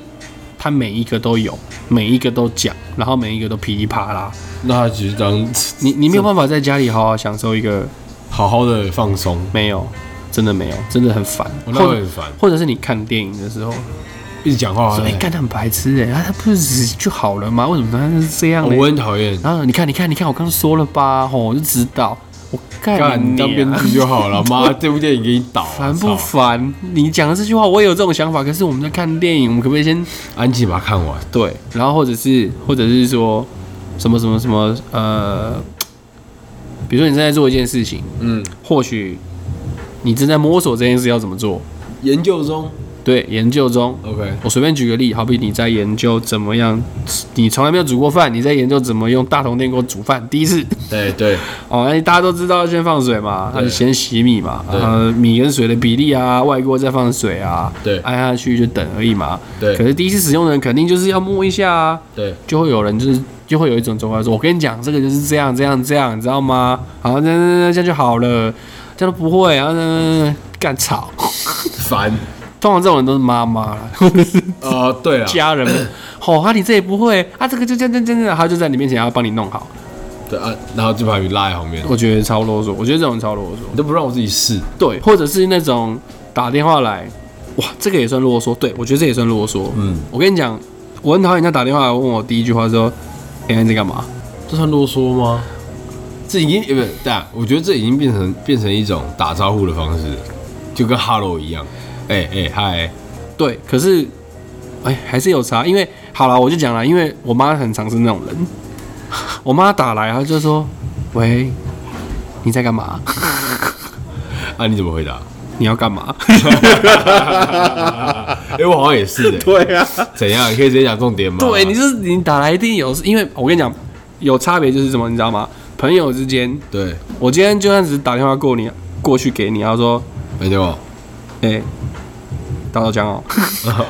A: 他每一个都有，每一个都讲，然后每一个都噼里啪啦，
B: 那他只是当
A: 你你没有办法在家里好好享受一个
B: 好好的放松，
A: 没有，真的没有，真的很烦。
B: 我那
A: 或
B: 会很烦。
A: 或者是你看电影的时候，
B: 一直讲话
A: 说，哎、
B: 哎
A: 干得很白痴哎、啊他不是就好了吗？为什么他是这样呢？欸
B: 我很讨厌。
A: 然后你看，你看，你看，我刚说了吧，吼，我就知道，我干
B: 干，
A: 你
B: 你当编
A: 啊
B: 剧就好了。妈， 这部电影给你导啊，
A: 烦不
B: 操
A: 烦？你讲的这句话，我也有这种想法。可是我们在看电影，我们可不可以先
B: 安静把它看完。
A: 对，然后或者是或者是说什么什么什么呃，比如说你正在做一件事情，
B: 嗯，
A: 或许你正在摸索这件事要怎么做，
B: 研究中
A: 对，研究中。
B: ，OK，
A: 我随便举个例，好比你在研究怎么样，你从来没有煮过饭，你在研究怎么用大铜电锅煮饭，第一次，
B: 对对，
A: 哦，那大家都知道要先放水嘛，
B: 对
A: 那就先洗米嘛，
B: 对
A: 呃，米跟水的比例啊，外锅再放水啊，
B: 对
A: 按下去就等而已嘛。
B: 对
A: 可是第一次使用的人肯定就是要摸一下啊，
B: 对，
A: 就会有人就是就会有一种走过来说，我跟你讲，这个就是这样这样这样，你知道吗？好，那那那这样就好了，这样都不会，然后呢干吵。
B: 烦。
A: 通常这种人都是妈妈啦，
B: 啊，对啊，
A: 家人们，哦，啊你这也不会啊，这个就这样这样这样这样，他就在你面前要帮你弄好，
B: 对啊，然后就把你拉在旁边，
A: 我觉得超啰嗦，我觉得这种人超啰嗦。
B: 你都不让我自己试。
A: 对，或者是那种打电话来，哇，这个也算啰嗦。对，我觉得这也算啰嗦。
B: 嗯，
A: 我跟你讲，我很讨厌人家打电话来问我第一句话说：“哎、你在干嘛
B: 这算啰嗦吗？这已经呃不对啊，我觉得这已经变成变成一种打招呼的方式，就跟 hello 一样。哎哎嗨，？”
A: 对，可是，哎、还是有差。因为好了，我就讲了，因为我妈很常是那种人， 我妈打来，她就说：“喂，你在干嘛？
B: 啊你怎么回答？
A: 你要干嘛
B: 哎、我好像也 是的、？”
A: 对啊，
B: 怎样？可以直接讲重点吗？
A: 对，你是你打来一定有，因为我跟你讲，有差别就是什么，你知道吗？朋友之间，
B: 对，
A: 我今天就算只是打电话过你过去给你，然后说。
B: 没错。
A: 哎、大豆浆哦，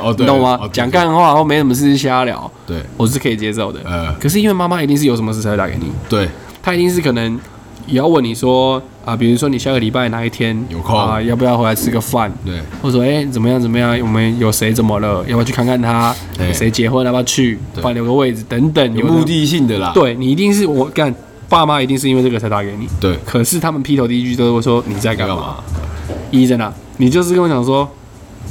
B: 哦，
A: 你
B: 对，
A: 懂
B: 哦
A: 吗？讲、干话，然后没什么事瞎聊，
B: 对
A: 我是可以接受的。
B: 呃
A: 可是因为妈妈一定是有什么事才会打给你，
B: 对，
A: 她一定是可能也要问你说啊，比如说你下个礼拜哪一天
B: 有空
A: 啊，要不要回来吃个饭？
B: 对
A: 或者说哎、怎么样怎么样，我们有谁怎么了？要不要去看看他？
B: 对
A: 谁结婚要不要去？
B: 对
A: 帮留个位置等等，
B: 有
A: 的
B: 目。的性的啦。
A: 对你一定是我干，爸妈一定是因为这个才打给你。
B: 对，
A: 可是他们劈头第一句都会说你在
B: 在
A: 干
B: 干
A: 嘛？
B: 嘛？
A: 意义在哪？你就是跟我讲说，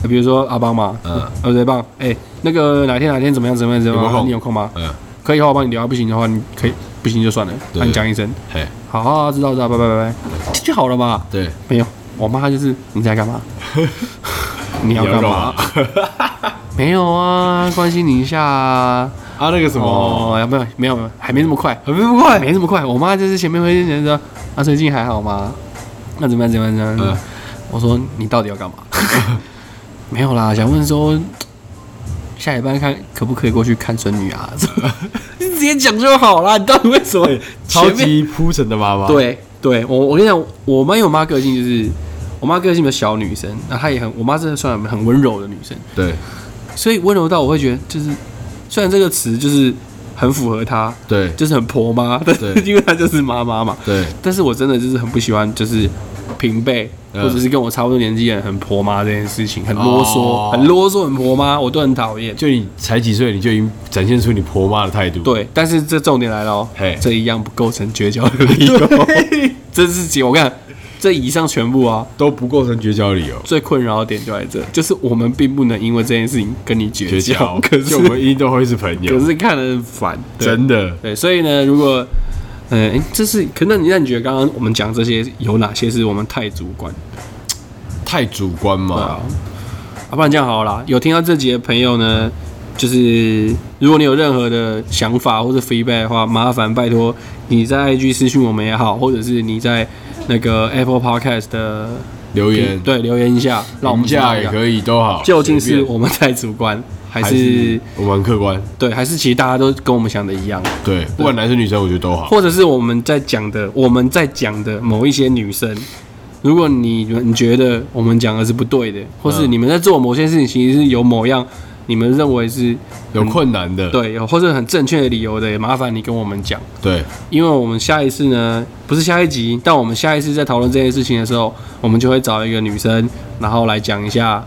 A: 呃比如说阿邦嘛，
B: 嗯
A: 嗯，呃，对棒，哎、那个哪天哪天怎么样怎么样怎么
B: 有没有
A: 样，
B: 空
A: 你有空吗？
B: 嗯，
A: 可以的话我帮你聊，不行的话你可以不行就算了，
B: 对
A: 那你讲一声，
B: 嘿，
A: 好好好，知道知道，拜拜拜拜，就好了嘛。
B: 对，
A: 没有，我妈就是你在干嘛？你要干嘛？？没有啊，关心你一下啊。
B: 啊，那个什么，
A: 哦，没有没有没有，还没那么快，还没那么 快，没那么快。我妈就是前面会先说，啊，最近还好吗？那怎么样怎么样怎么样？
B: 嗯
A: 我说你到底要干嘛？ 没有啦，想问说下一班看可不可以过去看孙女啊？ 你直接讲就好啦，你到底为什么
B: 超
A: 前面
B: 级铺陈的妈妈。，
A: 对对，我我跟你讲，我妈因为我妈个性就是。我妈个性比较小女生，那她也很，我妈真的算很温柔的女生，
B: 对
A: 所以温柔到我会觉得，就是虽然这个词就是很符合她，
B: 对
A: 就是很婆妈，但是
B: 对
A: 因为她就是妈妈嘛。
B: 对
A: 但是我真的就是很不喜欢，就是平辈
B: 嗯
A: 或者是跟我差不多年纪的人很婆妈这件事情，很啰嗦，
B: 哦
A: 很啰嗦，很婆妈，我都很讨厌。
B: 就你才几岁，你就已经展现出你婆妈的态度。，
A: 对，但是这重点来了哦
B: 嘿，
A: 这一样不构成绝交的理由。这是几？我看这以上全部啊，
B: 都不构成绝交理哦由。
A: 最困扰的点就在这，就是我们并不能因为这件事情跟你 绝
B: 绝交，
A: 可
B: 就我们
A: 是
B: 一定都会是朋友
A: 可，是看得很烦，对
B: 真的。
A: 对，所以呢，如果，嗯、诶这是可那你那你觉得刚刚我们讲这些有哪些是我们太主观？
B: 太主观嘛
A: 啊？，啊，不然这样好了啦，有听到这集的朋友呢，就是如果你有任何的想法或者 feedback 的话，麻烦拜托你在 IG 私讯我们也好，或者是你在那个 Apple Podcast 的
B: 留言、
A: 对留言一下，让我
B: 评
A: 们知道
B: 价
A: 一
B: 也
A: 下，
B: 可以，都好。
A: 究竟是
B: 随便
A: 我们太主观，还
B: 还
A: 是
B: 是我们很客观？
A: 对，还是其实大家都跟我们想的一样？
B: 对，不管男生女生，我觉得都好。
A: 或者是我们在讲的，我们在讲的某一些女生，如果你们觉得我们讲的是不对的，或是
B: 嗯
A: 你们在做某些事情，其实是有某样你们认为是
B: 有困难的，
A: 对，有或者很正确的理由的，也麻烦你跟我们讲，
B: 对
A: 因为我们下一次呢，不是下一集，但我们下一次在讨论这件事情的时候，我们就会找一个女生，然后来讲一下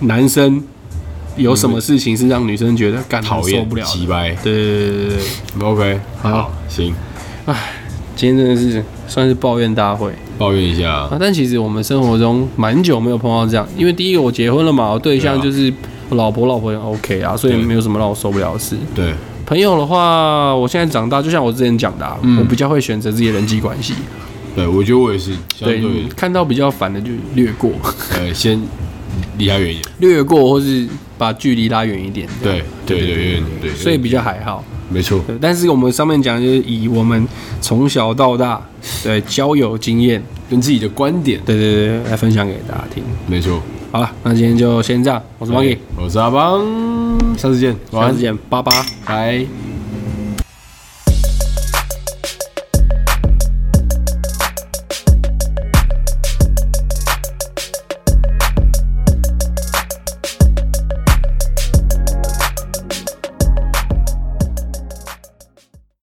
A: 男生有什么事情是让女生觉得干
B: 讨
A: 受
B: 厌
A: 不了
B: 鸡
A: 的。
B: 掰
A: 对对对对对。
B: ，OK，
A: 好，
B: 行，
A: 今天真的是算是抱怨大会
B: 抱怨一
A: 啊
B: 下，
A: 啊！但其实我们生活中蛮久没有碰到这样，因为第一个我结婚了嘛，我对象就是老婆老婆也很 OK 啊，所以
B: 对
A: 没有什么让我受不了的事。
B: 对，
A: 朋友的话，我现在长大，就像我之前讲的、啊，
B: 嗯
A: 我比较会选择自己的人际关系。
B: 对我觉得我也是相
A: 对，
B: 对，
A: 看到比较烦的就略过，
B: 呃，先离他远一点。
A: 略过，或是把距离拉远一点。
B: 对对对，有点对，
A: 所以比较还好。
B: 没错，
A: 对，但是我们上面讲的就是以我们从小到大的交友经验，
B: 跟自己的观点，
A: 对对对，来分享给大家听。
B: 没错。
A: 好了，那今天就先这样，我是 Monkey，
B: 我是阿邦，下次见，晚
A: 下次
B: 安，
A: 见，拜拜。
B: 拜。